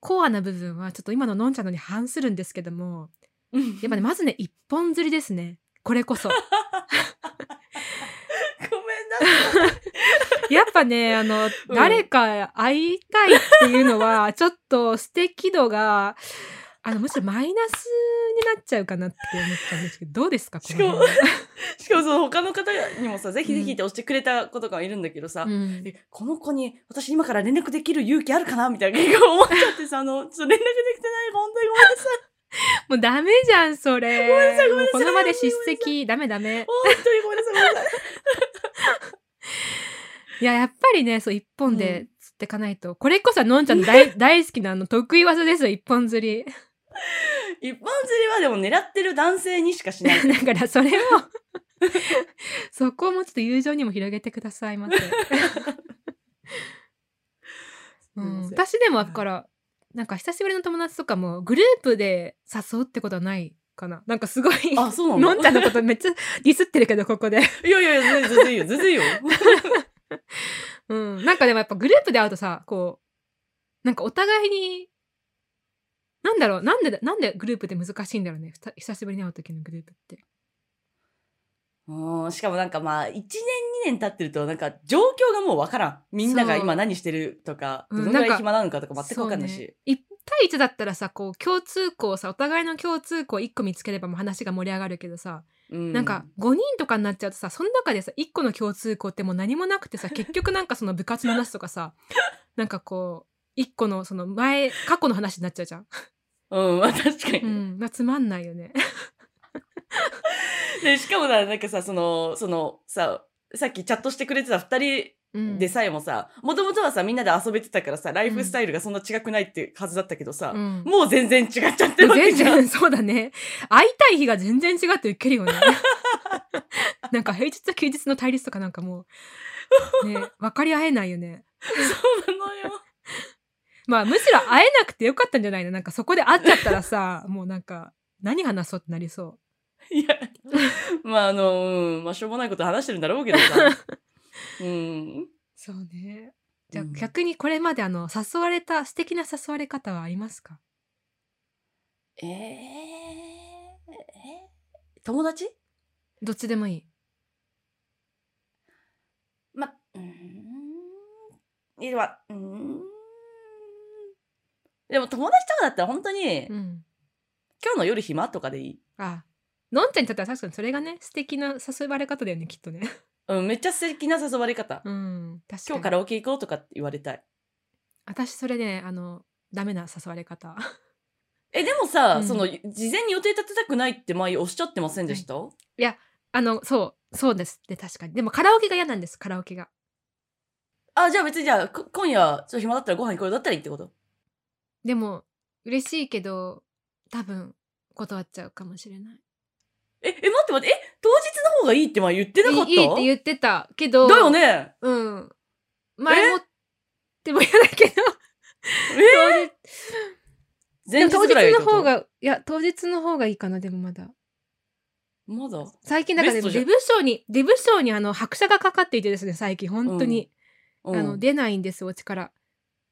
B: コアな部分はちょっと今ののんちゃんのに反するんですけども、やっぱね、まずね、一本釣りですね。これこそ。
A: ごめんなさい。
B: やっぱね、あの、誰か会いたいっていうの は、ちょっと素敵度が、あの、むしろマイナスになっちゃうかなって思ったんですけど、どうですかこ
A: しか
B: の
A: も
B: 辺は
A: しかもその他の方にもさ、ぜひぜひって押してくれた子とかもいるんだけどさ、
B: うん
A: えこの子に私今から連絡できる勇気あるかなみたいな結構思っちゃってさ、あの、ちょっと連絡できてない本当にごめんなさい。
B: もうダメじゃん、それ。ごめんなさい、ごめんなさい。この場で叱責、ダメダメ。
A: 本当にごめんなさい、ごめんなさい。
B: いや、やっぱりね、そう、一本で釣ってかないと。これこそ、のんちゃんの 大大好きなあの、得意技ですよ、一本釣り。
A: 一般釣りはでも狙ってる男性にしかしない。
B: だから、そ れを、そこもちょっと友情にも広げてくださいませ。うん、
A: すいま
B: 私でも、だから、なんか久しぶりの友達とかも、グループで誘うってことはないかな。なんかすごい、
A: せんあ、そうなの
B: のんちゃんのことめっちゃディスってるけど、ここで。
A: いやいやいや、全然いいよ、全然いいよ。
B: うん。なんかでもやっぱグループで会うとさ、こう、なんかお互いに、なんだろう、なんでだ、なんでグループで難しいんだろうね。ふた久しぶりに会う時のグループって。
A: うんしかもなんかまあ、1年2年経ってると、なんか状況がもうわからん。みんなが
B: そう
A: 今何してるとか、
B: うん
A: どのぐら
B: な
A: い
B: んか
A: 暇なのかとか全くわかんないし。
B: そうね一対1だったらさこう共通項さお互いの共通項1個見つければもう話が盛り上がるけどさ、
A: うん
B: なんか5人とかになっちゃうとさその中でさ1個の共通項ってもう何もなくて さ結局なんかその部活の話とかさなんかこう1個のその前過去の話になっちゃうじゃん。
A: うん、確かに、
B: うん、まあつまんないよね。
A: でしかもななんかさそのそのささっきチャットしてくれてた2
B: うん
A: 人でさえもさもともとはさみんなで遊べてたからさライフスタイルがそんな違くないってはずだったけどさ、
B: うん
A: もう全然違っちゃってるわけ
B: 全
A: じゃん。
B: 然 そうだね会いたい日が全然違ってウケるよ ねなんか平日と休日の対立とかなんかもう、ね、分かり合えないよね
A: そうなのよ。
B: まあむしろ会えなくてよかったんじゃないのなんかそこで会っちゃったらさもうなんか何話そうってなりそ
A: いやまああの、うんまあ、しょうもないこと話してるんだろう けどさ。うん、
B: うそうねじゃあ
A: うん
B: 逆にこれまであの誘われた素敵な誘われ方はありますか
A: えー、え友達
B: どっちでもいい
A: ま、うーん。いや、うーん。でも友達とかだったら本当に、
B: うん
A: 今日の夜暇とかでいい。
B: あのんちゃんにとっては確かにそれがね素敵な誘われ方だよねきっとね
A: うん、めっちゃ素敵な誘われ方。
B: うん確か
A: 今
B: に
A: 日カラオケ行こうとかって言われたい。
B: 私それねあのダメな誘われ方
A: え、でもさ、
B: うん
A: その、事前に予定立てたくないって前おっしゃってませんでした、
B: あのそうそうですで確かにでもカラオケが嫌なんですカラオケが
A: あ、じゃあ別にじゃあ、こ今夜、ちょっと暇だったらご飯行こうよだったらいいってこと
B: でも嬉しいけど多分断っちゃうかもしれない
A: え、え、待って待って、え、当日の方がいいって前言ってなかった
B: いいいいって言ってたけど
A: だよね
B: うん前もっても嫌だけど
A: え
B: 当
A: 前
B: 日
A: 日
B: 当
A: ぐらい
B: 日
A: がいいっ
B: の
A: てこと
B: 方がいや当日の方がいいかなでもまだ
A: まだ
B: 最近だから
A: ベ
B: デ
A: スト
B: ブ
A: じゃん
B: 賞にデブ賞にあの拍車がかかっていてですね最近本当に、
A: うん
B: あの出ないんですお力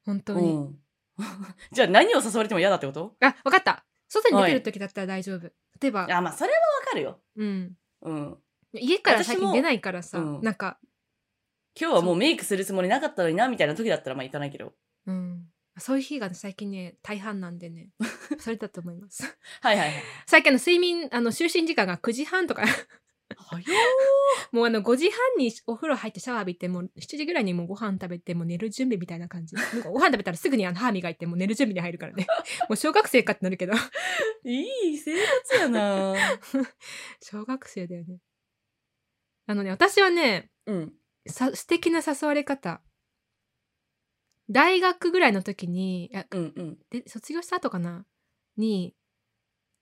B: 本当に、
A: うん、 じゃあ何を誘われても嫌だってこと
B: あ、わかった。外に出てる時だったら大丈夫。例えば、
A: あまあそれはわかるよ。
B: うん。
A: うん。
B: 家から最
A: 私
B: 近
A: も
B: 出ないからさ、
A: うん
B: なんか、
A: 今日はもうメイクするつもりなかったのになみたいな時だったらまあ行かないけど。
B: うん。そういう日が最近ね、大半なんで ね、それだと思います。
A: はい はいはい。
B: 最近あの睡眠、あの、就寝時間が9時半とか、
A: 早っ
B: もうあの5時半にお風呂入ってシャワー浴びて、もう7時ぐらいにもうご飯食べて、もう寝る準備みたいな 感じ。なんかご飯食べたらすぐにあの歯磨いて、もう寝る準備に入る からね。もう小学生かってなるけど、
A: いい生活やな。
B: 小学生だよね。あのね、私はね、
A: うん。
B: さ素敵な誘われ方大学ぐらいの時にいや
A: うんうん。
B: で卒業した後かなに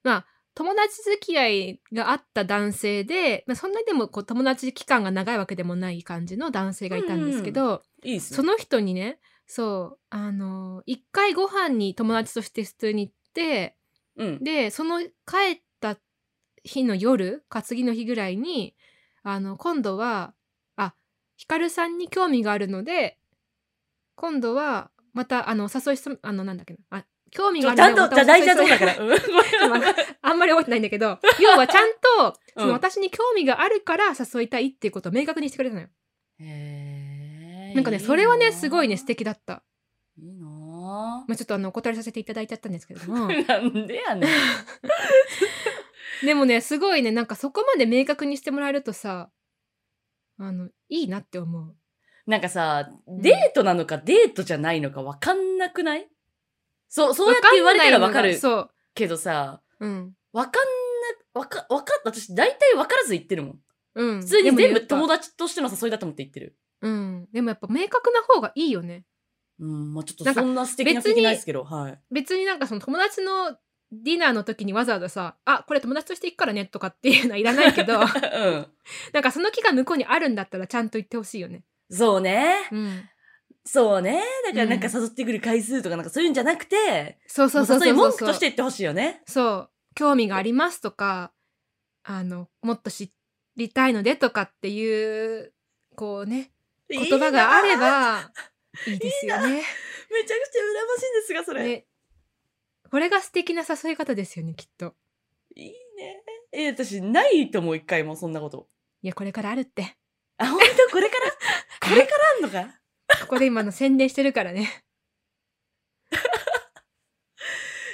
B: まあ友達付き合いがあった男性で、まあ、そんなにでもこう友達期間が長いわけでもない感じの男性がいたんですけど、
A: いいっすね。
B: その人にねそうあの一回ご飯に友達として普通に行って
A: うん。
B: でその帰った日の夜か次の日ぐらいにあの今度はあヒカルさんに興味があるので今度はまたあのお誘いしあのなんだっけなあ興味
A: ち
B: があ
A: ょ
B: る
A: ちゃん
B: の
A: と、
B: で
A: じゃあ
B: また
A: 大
B: お誘い
A: 事なとこだから。うんごめん
B: まあんまり覚えてないんだけど 要はちゃんと
A: うん
B: その私に興味があるから誘いたいっていうことを明確にしてくれたのよ、
A: へー
B: なんかね
A: いい
B: それはねすごいね素敵だった、
A: いいな
B: まあ、ちょっとあのお断りさせていただいちゃったんですけれど も
A: ぁ。なんでやねん。
B: でもねすごいねなんかそこまで明確にしてもらえるとさあのいいなって思う
A: なんかさ、
B: ん
A: デートなのかデートじゃないのかわかんなくないそう、そうやって言われたらわか
B: んない
A: る
B: のがそ
A: けどさ、
B: ううん
A: わかんな、わか、わかった。私、大体わからず言ってるもん。
B: うん
A: 普通に全部友
B: 達
A: 達としての誘いだと思って言ってる。
B: うんでもやっぱ明確な方がいいよね
A: うん、まあちょっ
B: なん
A: と
B: か
A: そんな素敵な
B: 別に
A: 気ないですけど、はい。
B: 別になんかその友達のディナーの時にわざわざさ「あこれ友達として行くからね」とかっていうのはいらないけ ど
A: うん。
B: なんかその気が向こうにあるんだったらちゃんと言ってほしいよね
A: そうね。
B: うん
A: そうね。だからなんか
B: う
A: 誘ってくる回数とかなんかそういうんじゃなくて、
B: そうそうそう
A: もう誘いう
B: そそう
A: 文句として言ってほしいよね。
B: そう興味がありますとかあのもっと知りたいのでとかっていうこうね言葉があ
A: い
B: れ
A: いなぁ
B: ばいいですよね。
A: めちゃくちゃ羨ましいんですが、それ。
B: ねこれが素敵な誘い方ですよねきっと。
A: いいね。え、私、ないともう一回もそんなこと。
B: いやこれからあるって
A: あ、本当これ から これからあんのか
B: ここで今の宣伝してるからね。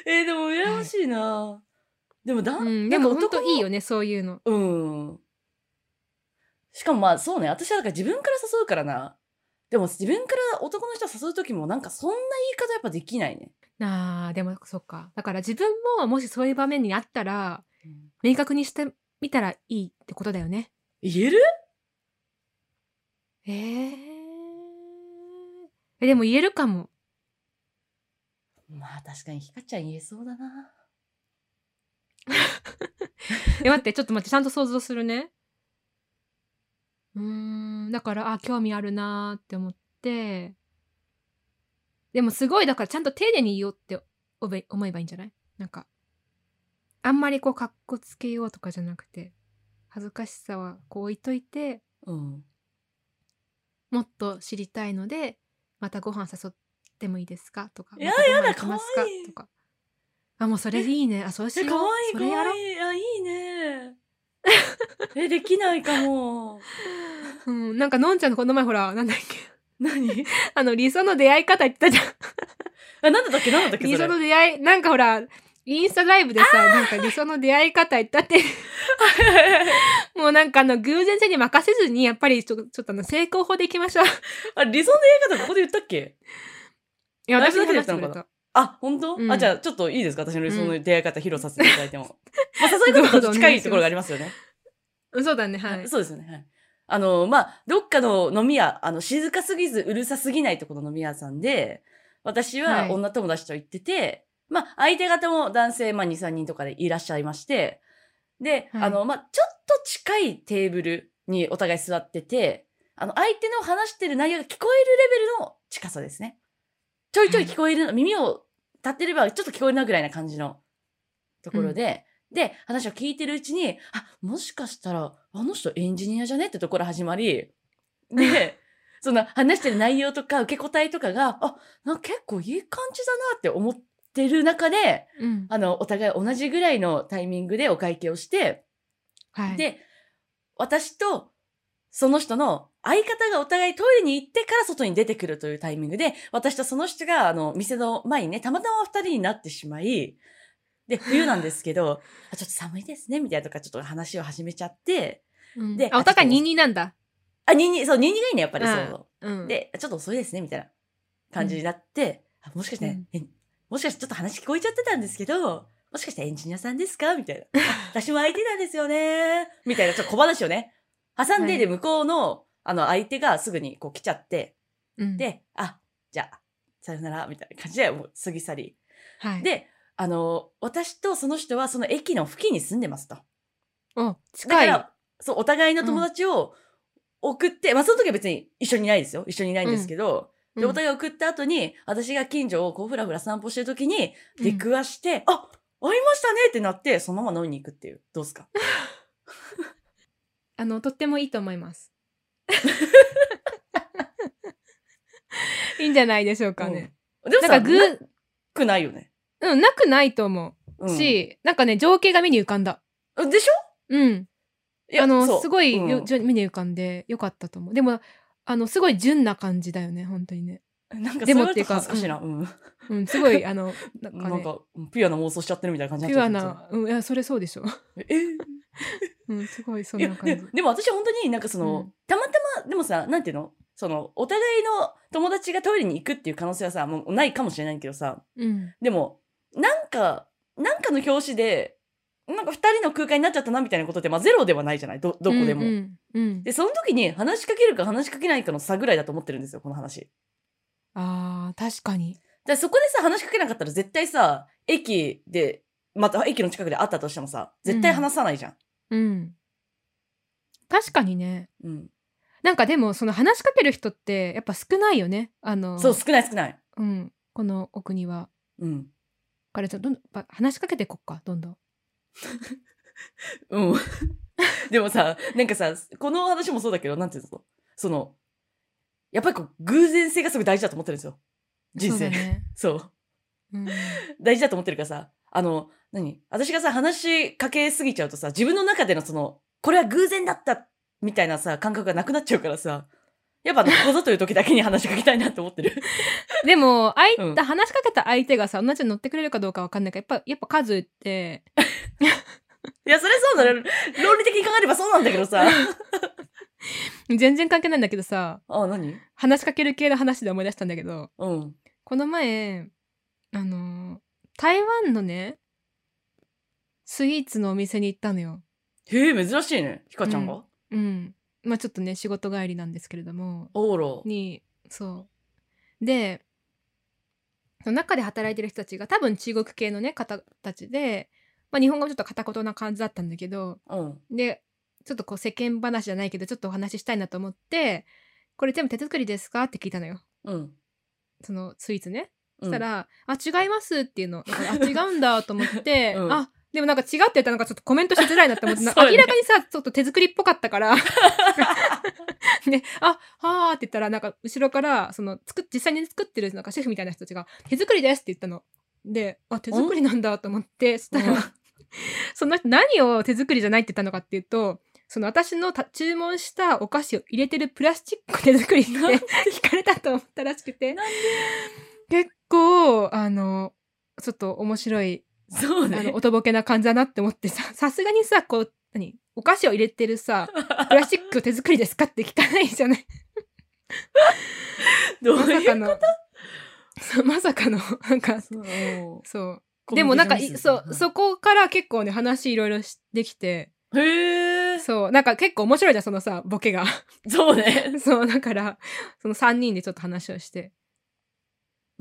A: えーでも羨ましいな、でもだ、
B: うん、
A: な
B: で
A: んか
B: も本
A: 男
B: 当いいよねそういうの
A: うん。しかもまあそうね、私はだから自分から誘うからな。でも自分から男の人を誘う時もなんかそんな言い方やっぱできないね。
B: あーでもそっかだから自分ももしそういう場面にあったら明確にしてみたらいいってことだよね
A: 言える
B: えーえでも言えるかも
A: まあ確かにひかちゃん言えそうだな。
B: え待ってちょっと待ってちゃんと想像するねうーんだからあ興味あるなーって思ってでもすごいだからちゃんと丁寧に言おうって思え思えばいいんじゃないなんかあんまりこうかっこつけようとかじゃなくて恥ずかしさはこう置いといて
A: うん。
B: もっと知りたいのでまたご飯誘ってもいいですかとか
A: いや
B: またご飯
A: やだ
B: 行きますか
A: かわいい
B: とかあもうそれいいねあそうし
A: え、
B: よう
A: かわいい、
B: そ
A: か
B: れやろ
A: わ
B: う
A: いい。あ、いい ね。え、できないかも。
B: うん、なんかのんちゃんのこの前ほらなんだっけ
A: 何
B: あの理想の出会い方言ってたじゃん
A: あ、なんだったっけなんだったっけ
B: 理
A: そ
B: 想
A: れ
B: の出会いなんかほらインスタライブでさなんか理想の出会い方言ったって もうなんかあの偶然性に任せずにやっぱりちょちょっとあの成功法でいきま しょう
A: あ、理想のやり方ここで言ったっけ
B: いや
A: ライブだ
B: 私の
A: けで
B: 話
A: や
B: し
A: ってた
B: く
A: のか
B: れ
A: な
B: た
A: あ、本当、
B: うん
A: あ、じゃあちょっといいですか私の理想の出会い方披露させていただいて も。まあ誘い
B: どう
A: 方
B: ぞ
A: と近いところがありますよね。
B: うんそうだねはい
A: そうですよね。はい。あの、まあ、どっかの飲み屋、あの、静かすぎず、うるさすぎないところの飲み屋さんで、私
B: は
A: はい女友達と行ってて、まあ、相手方も男性、まあ、2、3人とかでいらっしゃいまして、で、
B: はい
A: あの、まあ、ちょっと近いテーブルにお互い座ってて、あの、相手の話してる内容が聞こえるレベルの近さですね。ちょいちょい聞こえるの、耳を立ってればちょっと聞こえるなぐらいな感じのところで、で、話を聞いてるうちに、あ、もしかしたら、あの人エンジニアじゃねってところ始まり、で、その話してる内容とか受け答えとかが、あ、なんか結構いい感じだなって思ってる中で、
B: うん
A: あの、お互い同じぐらいのタイミングでお会計をして、
B: はい
A: で、私とその人の相方がお互いトイレに行ってから外に出てくるというタイミングで、私とその人があの、店の前にね、たまたま二人になってしまい、 で、冬なんですけど、あちょっと寒いですね、みたいなとかちょっと話を始めちゃって、
B: うん
A: で
B: あお互い
A: あちょっと
B: 22なんだ
A: あ、ニンニク、そう、ニンニクがいいね、やっぱり、
B: うん
A: そうそう。
B: うん
A: で、ちょっと遅いですね、みたいな感じになって、あもしかして、
B: うん
A: えもしかしてちょっと話聞こえちゃってたんですけど、もしかしてエンジニアさんですかみたい な。あ私も相手なんですよね。みたいな、ちょっと小話をね。挟んで、
B: はい
A: で、向こうの、あの、相手がすぐにこう来ちゃって、
B: うん
A: で、あ、じゃあ、さよなら、みたいな感じで、もう過ぎ去り。
B: はい
A: で、あの、私とその人はその駅の付近に住んでますと。
B: お
A: だ
B: 近
A: か
B: い
A: ら、そう、お互いの友達を送って、まあ、その時は別に一緒にいないですよ。一緒にいないんですけど、
B: うん
A: で、お互い送った後に、私が近所をこう、ふらふら散歩してる時に、
B: うん
A: 出くわして、あ会いましたねってなって、そのまま飲みに行くっていう。どうですか
B: あのとってもいいと思います。 いいんじゃないでしょうかね。
A: でも
B: な
A: さ、
B: んかぐ
A: なくないよね。
B: うんなくないと思
A: う、
B: うんし、なんかね情景が目に浮かんだ。
A: でしょ
B: うん。
A: いや
B: あの
A: そう
B: すごい
A: うん
B: よ、じゅ目に浮かんでよかったと思う。でもあのすごい純な感じだよね本当にね。
A: なんか
B: で
A: そ
B: も
A: れは
B: っ
A: ちょっ
B: ていう
A: と
B: か
A: 恥ずかしいな。うん。
B: うんすご いあのなんか
A: なん
B: ね
A: か、ピュアな妄想しちゃってるみたいな感じ
B: ピ
A: に
B: ュ
A: なっち
B: ア
A: ゃ
B: なうんいやそれそうでしょ。
A: う。えー
B: うんすごいそん
A: いや
B: な感
A: で
B: じ。
A: でも私は本当になんかその、
B: うん
A: たまたまでもさなんていうのそのお互いの友達がトイレに行くっていう可能性はさもうないかもしれないけどさ
B: うん
A: でもなんかなんかの表紙でなんか2人の空間になっちゃったなみたいなことって、まあ、ゼロではないじゃないどどこでも。
B: うんうんうん
A: でその時に話しかけるか話しかけないかの差ぐらいだと思ってるんですよこの話。
B: あー確かに。
A: だからそこでさ話しかけなかったら絶対さ駅でまた駅の近くで会ったとしてもさ絶対話さないじゃん。
B: うん確かにね。
A: うん
B: なんかでもその話しかける人ってやっぱ少ないよねあの
A: そう少ない少ない。
B: うん、このお国は。
A: うん
B: だからちょっとどんどんやっぱ話しかけていこっかどんどん。
A: うん。 でもさ、なんかさ、この話もそうだけど、なんていうのその、やっぱりこう、偶然性がすごい大事だと思ってるんですよ。人
B: そうだ
A: 生。
B: ね
A: そう,、
B: うん、
A: 大事だと思ってるからさ、あの、何私がさ、話しかけすぎちゃうとさ、自分の中でのその、これは偶然だった、みたいなさ、感覚がなくなっちゃうからさ、やっ ぱあの、ここぞという時だけに話しかけたいなって思ってる。
B: でも相手、
A: うん
B: 話しかけた相手がさ同じに乗ってくれるかどうかわかんないからやっぱやっぱ数って
A: いや、それそうだね。論理的に考えればそうなんだけど さ。
B: 全然関係ないんだけどさ
A: あ、何
B: 話しかける系の話で思い出したんだけど
A: うん。
B: この前あの台湾のねスイーツのお店に行ったのよ。
A: へえ、珍しいね。ひかちゃんが。
B: うん。まあちょっとね仕事帰りなんですけれども
A: オーロ。
B: にそうでその中で働いてる人たちが多分中国系のね方たちで、まあ、日本語もちょっと片言な感じだったんだけど
A: うん。
B: でちょっとこう世間話じゃないけどちょっとお話ししたいなと思って「これ全部手作りですか?」って聞いたのよ
A: うん。
B: そのスイーツね。
A: う
B: そ
A: ん
B: したら「あ違います」っていうのだからあ違うんだと思っ て、
A: うん
B: あでもなんか違って言ったのがちょっとコメントしづらいなって思ってな
A: そうね
B: 明らかにさちょっと手作りっぽかったから で、あ、はーって言ったら、なんか、後ろから、その、作っ、実際に作ってる、なんか、シェフみたいな人たちが、手作りですって言ったの。で、あ、手作りなんだと思って、そした
A: うん
B: ら、 その人、何を手作りじゃないって言ったのかっていうと、その、私のた注文したお菓子を入れてるプラスチック手 作りって
A: なんで
B: 聞かれたと思ったらしく て、結構、あの、ちょっと面白い、
A: そう
B: あ
A: ね
B: の、お。とぼけな感じだなって思ってさ、 さすがにさ、こう、何お菓子を入れて るさ、プラスチック手作りですかって聞かないじゃない
A: どう
B: まさ
A: い
B: か
A: う
B: の。そうまさかの、 なんか、
A: うん
B: そう。
A: コミ
B: で
A: ュニ
B: も
A: ケ
B: なん
A: ー
B: か
A: ション
B: い、
A: ミス
B: そう、そこから結構ね、話いろいろしできて、
A: へえ。
B: そう、なんか結構面白いじゃん、そのさ、ボケが。
A: そうね。
B: そう、だから、その3人でちょっと話をして。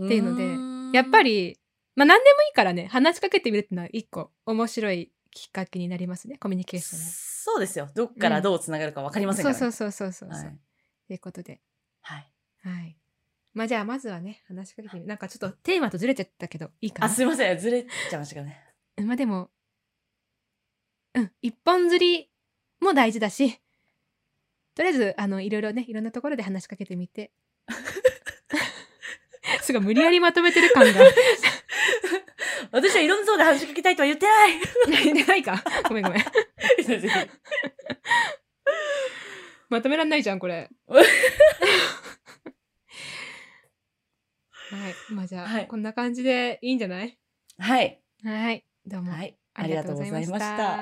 A: って
B: いうのでやっぱ
A: り。
B: り、まあ何でもいいからね、話しかけてみるっていうのは一個面白いきっかけになりますね、コミュニケーションに。
A: そうですよ。どっからどうつながるかわかりませんか
B: そう
A: ら。
B: そうそうそうそう。と、、
A: はいい。
B: うことで。
A: はい。
B: はい。まあじゃあ、まずはね、話しかけてみる。なんかちょっとテーマとずれちゃったけど、いいかな
A: あ、すいません。ずれちゃいましたけど ね。
B: まあでも、うん、一本釣りも大事だし、とりあえず、あの、いろいろね、いろんなところで話しかけて みて。すごい、無理やりまとめてる感が。
A: 私はいろんなところで話しかけたいとは言ってない
B: でないかごめんごめん。まとめらんないじゃん、これ。はい。まあじゃあ、
A: はい
B: こんな感じでいいんじゃない
A: はい。
B: はい。どうも。
A: はい。ありがとうございました。。
B: ア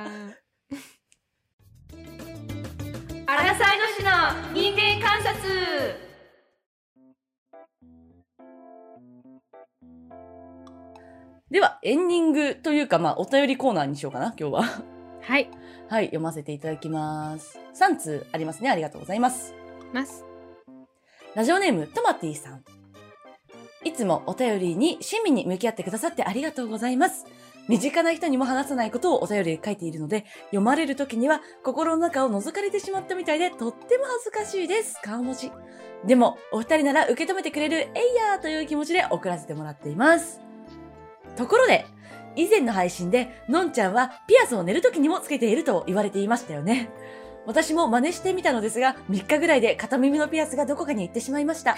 B: ラサイの市の人間観察。
A: では、エンディングというか、まあ、お便りコーナーにしようかな、今日は。
B: はい。
A: はい、読ませていただきます。3通ありますね。ありがとうございます。
B: ます。
A: ラジオネーム、トマティさん。いつもお便りに親身に向き合ってくださってありがとうございます。身近な人にも話さないことをお便りで書いているので、読まれる時には心の中を覗かれてしまったみたいで、とっても恥ずかしいです。顔文字。でも、お二人なら受け止めてくれる、えいやーという気持ちで送らせてもらっています。ところで、以前の配信で、のんちゃんはピアスを寝る時にもつけていると言われていましたよね。私も真似してみたのですが、3日ぐらいで片耳のピアスがどこかに行ってしまいま した。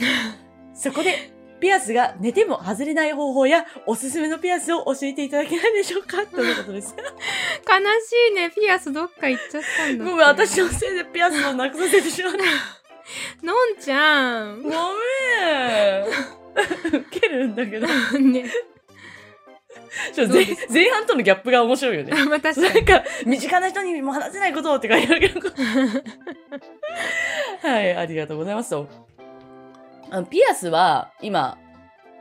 A: そこで、ピアスが寝ても外れない方法や、おすすめのピアスを教えていただけないでしょうかとのことです。
B: 悲しいねピアスどっか行っちゃったん だ
A: ご
B: って
A: めん、私のせいでピアスをなくさせて しまった。
B: のんちゃ ん
A: ごめん。ウケるんだけど。
B: ね
A: ちょ
B: どう
A: 前
B: で
A: 前半とのギャップが面白いよね。
B: まあ確
A: な
B: か
A: んか、身近な人にも話せないことをって書いてあるけ ど。
B: に
A: はい、ありがとうございますと。あのピアスは今、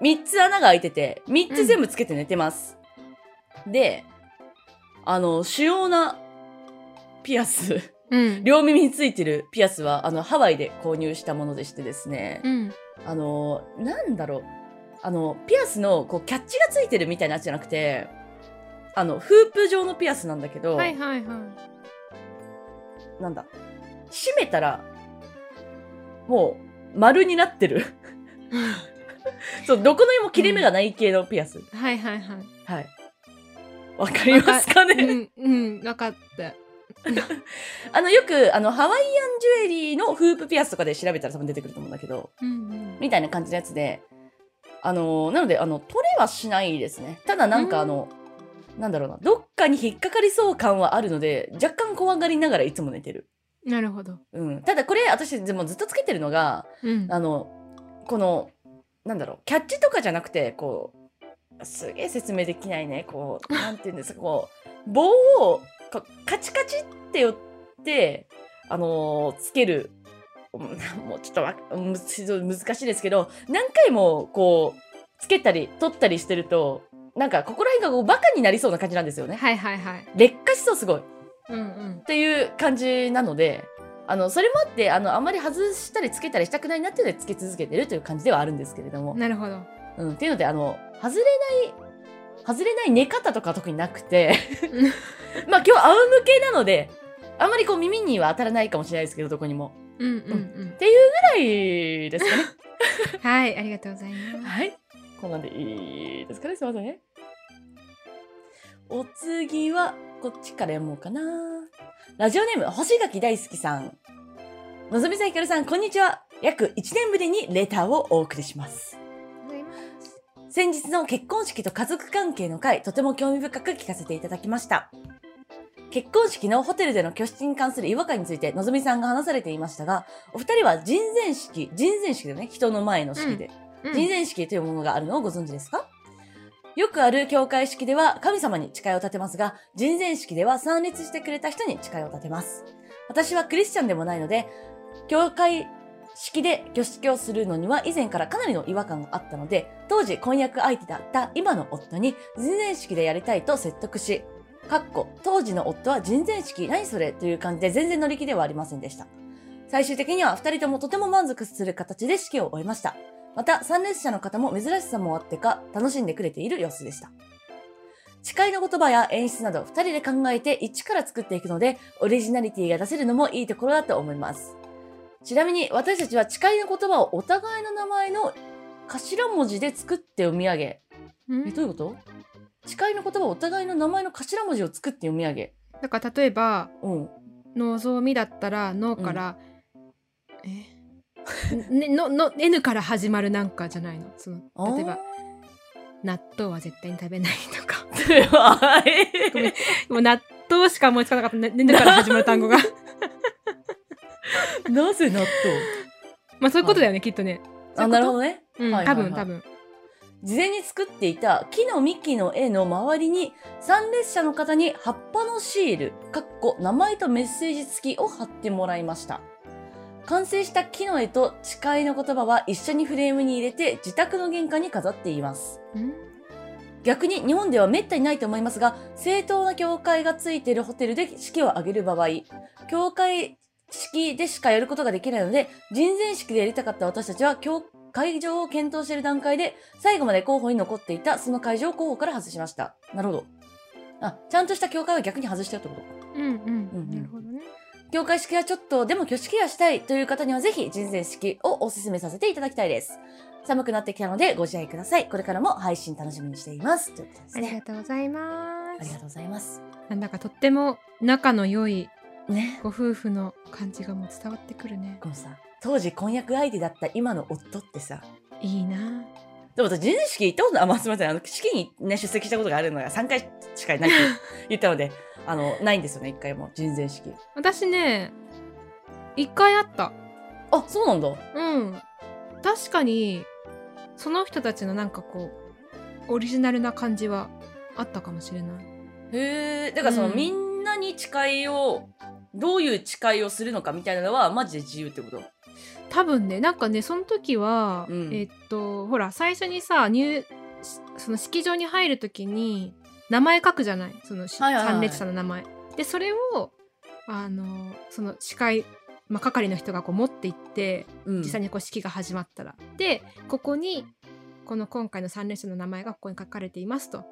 A: 3つ穴が開いてて、3つ全部つけて寝てます。で、あの、主要なピアス、
B: うん
A: 両耳についてるピアスは、あの、ハワイで購入したものでしてですね、
B: うん
A: あの、なんだろう、あの、ピアスのこうキャッチがついてるみたいなやつじゃなくて、あの、フープ状のピアスなんだけど、
B: はいはいはい
A: なんだ、閉めたら、もう、丸になってる。 そう、どこのにも切れ目がない系のピアス。
B: はいはいは
A: はい。わかりますか
B: い
A: ね
B: うんうん分かった
A: あの、よく、あの、ハワイアンジュエリーのフープピアスとかで調べたら多分出てくると思うんだけど、
B: うん
A: みたいな感じのやつで、あのーなので、あの、取れはしないですね。ただなんか
B: うん
A: あの、なんだろうな、どっかに引っかかりそう感はあるので、若干怖がりながらいつも寝てる。
B: なるほど。
A: うん、ただこれ私でもずっとつけてるのが
B: うん。
A: あのこのなんだろうキャッチとかじゃなくてこうすげえ説明できないねこ うなんていうんですかこう棒をこうカチカチって寄ってあのーつけるうんもうちょっとわむ非常に難しいですけど何回もこうつけたり取ったりしてるとなんかここら辺がこうバカになりそうな感じなんですよね。
B: はいはいはい。
A: 劣化しそうすごい
B: うんうん
A: っ。ていう感じなのであのそれもあってあのあまり外したりつけたりしたくないなっていうのでつけ続けてるという感じではあるんですけれども、
B: なるほど。
A: うん、っていうのであの外れない外れない寝方とかは特になくて まあ今日仰向けなのであんまりこう耳には当たらないかもしれないですけどどこにも
B: うんうん
A: ぐらいですかね
B: うん。はい、ありがとうございます。
A: はいこんなんでいいですかねすいませんねお次はこっちから読もうかなラジオネーム星垣大好きさんのぞみさんひかるさんこんにちは約1年ぶりにレターをお送りします先日の結婚式と家族関係の回、とても興味深く聞かせていただきました。結婚式のホテルでの挙式に関する違和感について、のぞみさんが話されていましたが、お二人は人前式、人前式だよね、人の前の式で、
B: うん
A: 人前式というものがあるのをご存知ですかよくある教会式では神様に誓いを立てますが、人前式では参列してくれた人に誓いを立てます。私はクリスチャンでもないので、教会式で挙式をするのには以前からかなりの違和感があったので、当時婚約相手だった今の夫に人前式でやりたいと説得し、かっこ当時の夫は人前式何それという感じで全然乗り気ではありませんでした。最終的には二人ともとても満足する形で式を終えました。また参列者の方も珍しさもあってか楽しんでくれている様子でした。誓いの言葉や演出など二人で考えて一から作っていくのでオリジナリティが出せるのもいいところだと思います。ちなみに私たちは誓いの言葉をお互いの名前の頭文字で作って読み上げ。
B: うん
A: え、どういうこと誓いの言葉をお互いの名前の頭文字を作って読み上げ。
B: だから例えば、
A: うん。
B: のぞみだったら、のから、え、ね、の、の、N から始まるなんかじゃないの。その、例え ば、納豆は絶対に食べないとか。
A: ば。
B: ごめんもう納豆しか思いつかなかった。ね N から始まる単 語が。
A: なぜ納
B: まあそういうことだよね、きっとね。
A: 豆あ、なるほどね。
B: うん、
A: はい
B: 多
A: はいはい
B: 分多分。
A: 事前に作っていた木の幹の絵の周りに参列者の方に葉っぱのシール、かっこ名前とメッセージ付きを貼ってもらいました。完成した木の絵と誓いの言葉は一緒にフレームに入れて自宅の玄関に飾っています。
B: うん
A: 逆に日本では滅多にないと思いますが正当な教会がついているホテルで式を挙げる場合教会式でしかやることができないので人前式でやりたかった私たちは教会場を検討している段階で最後まで候補に残っていたその会場を候補から外しましたなるほどあちゃんとした教会は逆に外してるってことか
B: うん
A: う
B: うんん。なるほどね。
A: 教会式はちょっとでも挙式はしたいという方にはぜひ人前式をお勧めさせていただきたいです寒くなってきたのでご自愛くださいこれからも配信楽しみにしていますということです
B: あ
A: ね
B: りがとうございま
A: ありがと
B: す。
A: うございます。
B: なんだかとっても仲の良い
A: ね。
B: ご夫婦の感じがもう伝わってくるね。
A: このさ、当時婚約相手だった今の夫ってさ、
B: いいな。
A: でも私、人事式行ったことない、あ、まあ、すみません、あの、式にね、出席したことがあるのが3回しかないって言ったので、 あの、ないんですよね、1回も、人前式。
B: 私ね、一回あった。
A: あ、そうなんだ。
B: うん。確かに、その人たちのなんかこう、オリジナルな感じはあったかもしれない。
A: へえ、だからその、
B: うん
A: みんなに誓いを、どういう誓いをするのかみたいなのは、マジで自由ってこと。
B: 多分ねなんかねその時は、
A: うん
B: えっとほら最初にさ入その式場に入る時に名前書くじゃないそのし
A: はいはいはい
B: 参列者の名前。でそれをあのその司会、まあ、係の人がこう持って行って
A: うん
B: 実際にこう式が始まったら。でここにこの今回の参列者の名前がここに書かれていますと。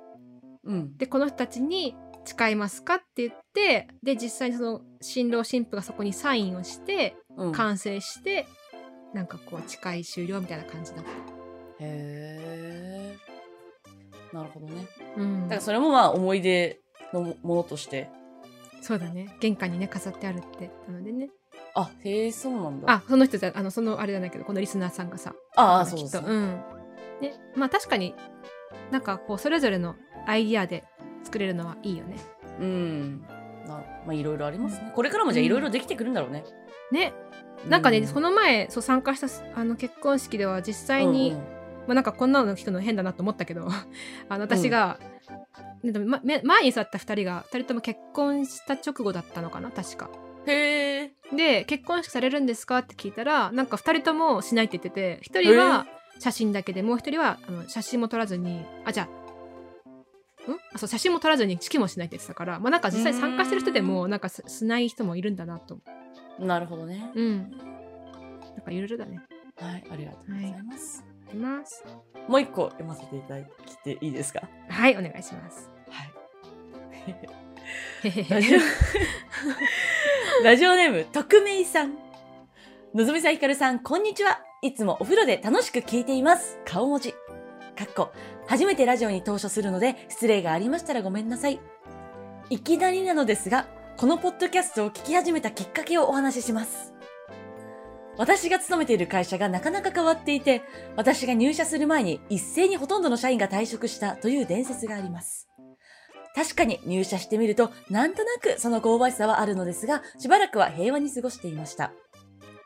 A: うん。
B: でこの人たちに誓いますかって言ってで実際にその新郎新婦がそこにサインをして
A: うん、へ
B: 完成して、なんかこう誓い終了みたいな感じだった。
A: え。なるほどね。
B: うん
A: だからそれもまあ、思い出のもものとして。
B: そうだね玄関にね飾ってあるってなのでね
A: あ、へえ、そうなんだ。
B: あその人じゃあのそのあれじゃないけどこのリスナーさんがさ
A: ああ、
B: の
A: そう
B: き
A: で
B: っ
A: す
B: と
A: ね。
B: うんねまあ確かになんかこうそれぞれのアイディアで作れるのはいいよね
A: うん。なまあいろいろありますねこれからもじゃあいろいろできてくるんだろうね、
B: ねなんかね、
A: う
B: その前そう参加したあの結婚式では実際に、
A: うんうん
B: まあ、なんかこんなの聞くの変だなと思ったけど あの私が、ねでもまめ前に座った2人が2人とも結婚した直後だったのかな確か。
A: へえ
B: で結婚式されるんですかって聞いたらなんか2人ともしないって言ってて1人は写真だけでもう1人はあの写真も撮らずにあじゃあんあそう写真も撮らずに式もしないって言ってたから、まあ、なんか実際参加してる人でもなんかすしない人もいるんだなと。
A: なるほどね、
B: うんなんかいろいろだね。
A: はいありがとうございます、
B: います。
A: もう一個読ませていただいていいですか
B: はい、お願いします。
A: はい
B: へへへ
A: ラジオ ラジオネーム匿名さんのぞみさんひかるさんこんにちはいつもお風呂で楽しく聞いています顔文字かっこ初めてラジオに投書するので失礼がありましたらごめんなさいいきなりなのですがこのポッドキャストを聞き始めたきっかけをお話しします私が勤めている会社がなかなか変わっていて私が入社する前に一斉にほとんどの社員が退職したという伝説があります確かに入社してみると、なんとなくその香ばしさはあるのですが、しばらくは平和に過ごしていました。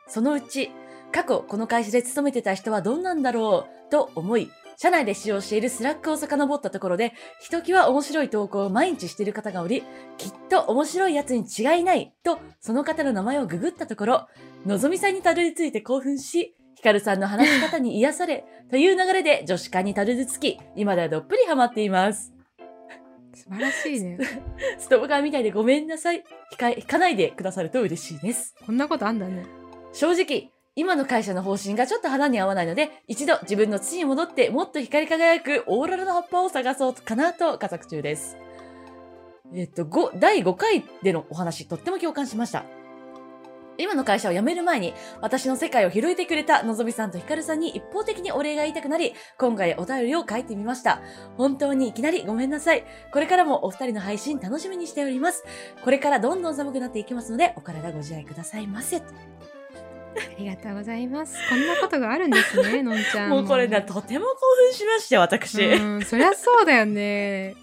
A: そのうち、過去この会社で勤めてた人はどんなんだろうと思い、社内で使用しているスラックを遡ったところで、ひときわ面白い投稿を毎日している方がおり、きっと面白いやつに違いないと、その方の名前をググったところ、のぞみさんにたどり着いて興奮し、ヒカルさんの話し方に癒され、という流れで女子会にたどり着き、今ではどっぷりハマっています。
B: 素晴らしいね。
A: ストーカーみたいでごめんなさい。控え、引かないでくださると嬉しいです。
B: こんなことあんだね。
A: 正直、今の会社の方針がちょっと肌に合わないので、一度自分の土に戻ってもっと光り輝くオーラルの葉っぱを探そうかなと加策中です。えっと、ご第5回でのお話、とっても共感しました。今の会社を辞める前に、私の世界を広げてくれたのぞみさんとひかるさんに一方的にお礼が言いたくなり、今回お便りを書いてみました。本当にいきなりごめんなさい。これからもお二人の配信楽しみにしております。これからどんどん寒くなっていきますので、お体ご自愛くださいませ。
B: ありがとうございます。こんなことがあるんで すね、のんちゃん。
A: もうこれね、
B: と。
A: とても興奮しましたよ、私。
B: うん、そりゃそうだよね。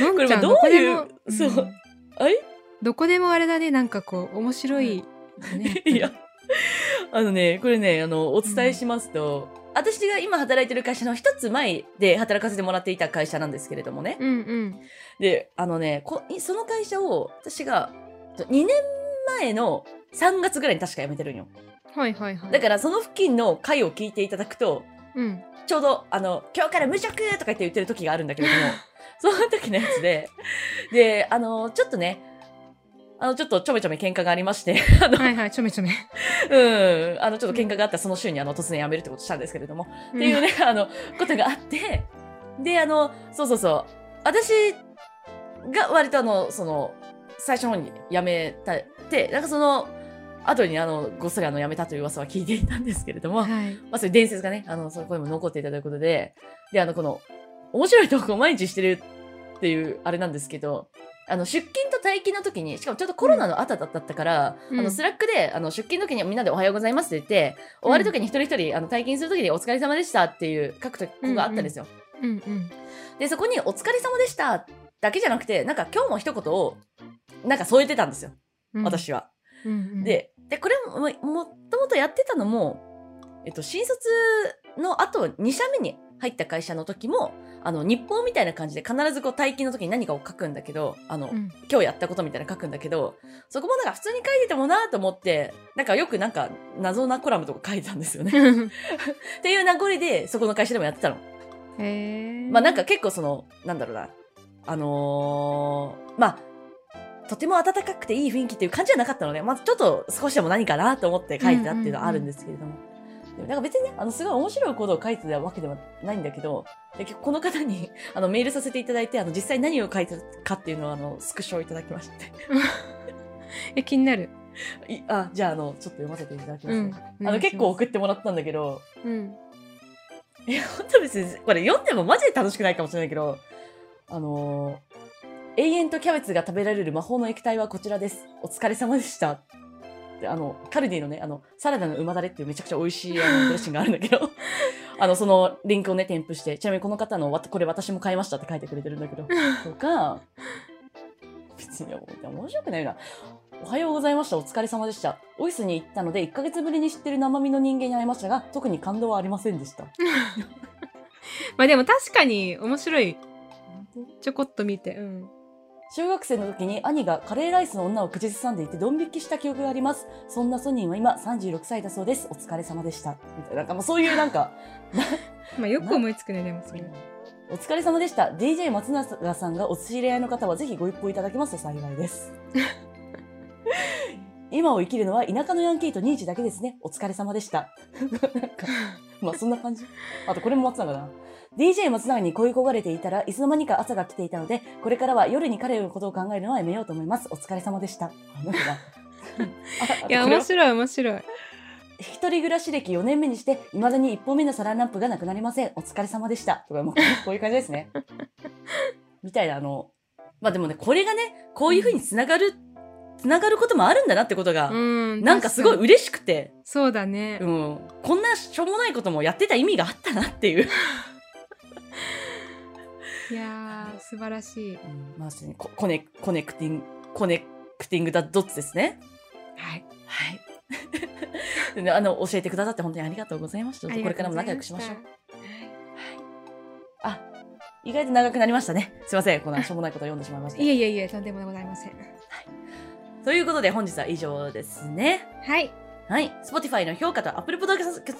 B: のんちゃん、
A: これも
B: ど
A: ど
B: こ
A: う
B: で
A: いう
B: も、
A: そうんあれ
B: どこでもあれだね、なんかこう、面白い、ね。
A: いや、あのね、これね、あの、お伝えしますと、私が今働いてる会社の一つ前で働かせてもらっていた会社なんですけれどもね。
B: うんうん。
A: で、あのね、こその会社を私が2年前の3月ぐらいに確か辞めてるんよ。
B: はいはいはい。
A: だ
B: ら、
A: からその付近の回を聞いていただくと、
B: うん。
A: ちょうど、あの、今日から無職とか言って言ってる時があるんだけれど も、その時のやつで、で、あの、ちょっとね、あの、ちょっとちょめちょめ喧嘩がありま して、あの、
B: はいはい、ちょめちょめ。っ
A: うん、あの、ちょっと喧嘩があったその週に、あの、突然辞めるってことしたんですけれども、っていうね、あの、ことがあって、で、あの、そうそうそう、私が割とあの、その、最初の方に辞めたって、なんかその、後にあの、ごっそりあの、辞めたという噂は聞いていたんですけれども、
B: はい。
A: まあ、そういう伝説がね、あの、そこにも残っていたということで、で、あの、この、面白い投稿を毎日してるっていう、あれなんですけど、あの、出勤と退勤の時に、しかもちょっとコロナの後だったから、
B: うん
A: あ
B: う
A: の、
B: ん
A: スラックで、あの、出勤の時にみんなでおはようございますって言って、終わる時に一人一人、あの、退勤する時にお疲れ様でしたっていう書くとこがあったんですよ。
B: うんうん。
A: で、そこにお疲れ様でしただけじゃなくて、なんか今日も一言を、なんか添えてたんですよ、
B: うん、
A: 私は。
B: うんうん、
A: ででこれもももともとやってたのも、えっと、新卒のあと2社目に入った会社の時もあの日報みたいな感じで必ずこう退勤の時に何かを書くんだけどあの、
B: うん、
A: 今日やったことみたいなの書くんだけどそこもなんか普通に書いててもなと思ってなんかよくなんか謎なコラムとか書いてたんですよね。っていう名残でそこの会社でもやってたの。
B: へえ。
A: まあなんか結構その、なんだろうな、あのーまあ、とても温かくていい雰囲気っていう感じじゃなかったので、まあちょっと少しでも何かなと思って書いてたっていうのはあるんですけれども。でもなんか別にね、あの、すごい面白いことを書いてたわけではないんだけど、で結構この方に あのメールさせていただいて、あの、実際何を書いたかっていうのをあの、スクショをいただきまして。
B: え、気になる。
A: いあ、じゃああの、ちょっと読ませていただきま
B: う
A: す
B: ん
A: ね。。あの、結構、送ってもらったんだけど、
B: うん。
A: いや、本当別に、これ読んでもマジで楽しくないかもしれないけど、あのー永遠とキャベツが食べられる魔法の液体はこちらです。お疲れ様でした。で、あの、カルディのね、あの、サラダの馬だれっていうめちゃくちゃ美味しいあのドレッシングがあるんだけど、あの、そのリンクをね、添付して、ちなみにこの方の、わたこれ私も買いましたって書いてくれてるんだけど、とか、別別に面白くないな。おはようございました。お疲れ様でした。オイスに行ったので、1ヶ月ぶりに知ってる生身の人間に会いましたが、特に感動はありませんでした。
B: まあでも確かに面白いちょこっと見てうん
A: 小学生の時に兄がカレーライスの女を口ずさんでいてドン引きした記憶があります。そんなソニーは今36歳だそうです。お疲れ様でした。みたいな、なんかもうそういうなんか、
B: まあよく思いつくねでもそれ
A: お疲れ様でした。DJ 松永さんがお知り合いの方はぜひご一報いただけますと幸いです。今を生きるのは田舎のヤンキーとニーチだけですね。お疲れ様でした。なんか、まあそんな感じ。あとこれも松永だな。DJ 松永に恋焦がれていたらいつの間にか朝が来ていたので、これからは夜に彼のことを考えるのはやめようと思います。お疲れ様でした。あなんかなあ
B: いや
A: あとこれ
B: 面
A: は
B: 白い面白い
A: 一人暮らし歴4年目にして、未だに一本目のサランランプがなくなりません。お疲れ様でした。とか、もうこういう感じですね。 みたいな、あの、まあでもね、これがね、こういうふうにつながる、つながることもあるんだなってことが、
B: うん
A: なんかすごい
B: 確に
A: 嬉しくて、
B: そうだね、
A: うん、こんなしょうもないこともやってた意味があったなっていう。
B: いやー素晴らしい
A: うんまあ、それにココネ、コネクティング、コネクティングダドッツですね。
B: はい
A: はい。 でねあの、教えてくださって本当にありがとうございました。
B: あ
A: こ
B: りが
A: れ
B: と
A: か
B: う
A: らも
B: ござ
A: 仲
B: い
A: 良くしましょう。
B: たは
A: あ、意外と長くなりましたね。すいません。こ のしょうもないことを読んでしまいました。
B: いいえいえいえとんでもございません
A: ということで本日は以上ですね。
B: はい
A: はい。Spotify の評価と Apple Podcast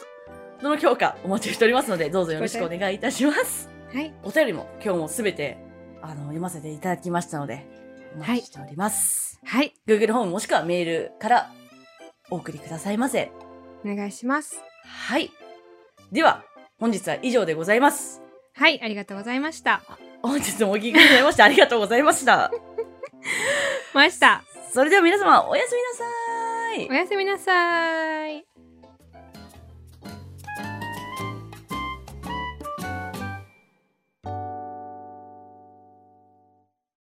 A: の評価お待ちしておりますので、どうぞよろしくお願いいたします。
B: はい
A: お便りも今日もすべて、あの、読ませていただきましたので、お待ちしております。
B: はい
A: Google ホームもしくはメールからお送りくださいませ。
B: お願いします
A: はい。では、本日は以上でございます。
B: はいありがとうございました
A: 本日もお聞きくださいましてありがとうございました。
B: ました
A: それでは皆様、おやすみなさい
B: お。やすみなさーい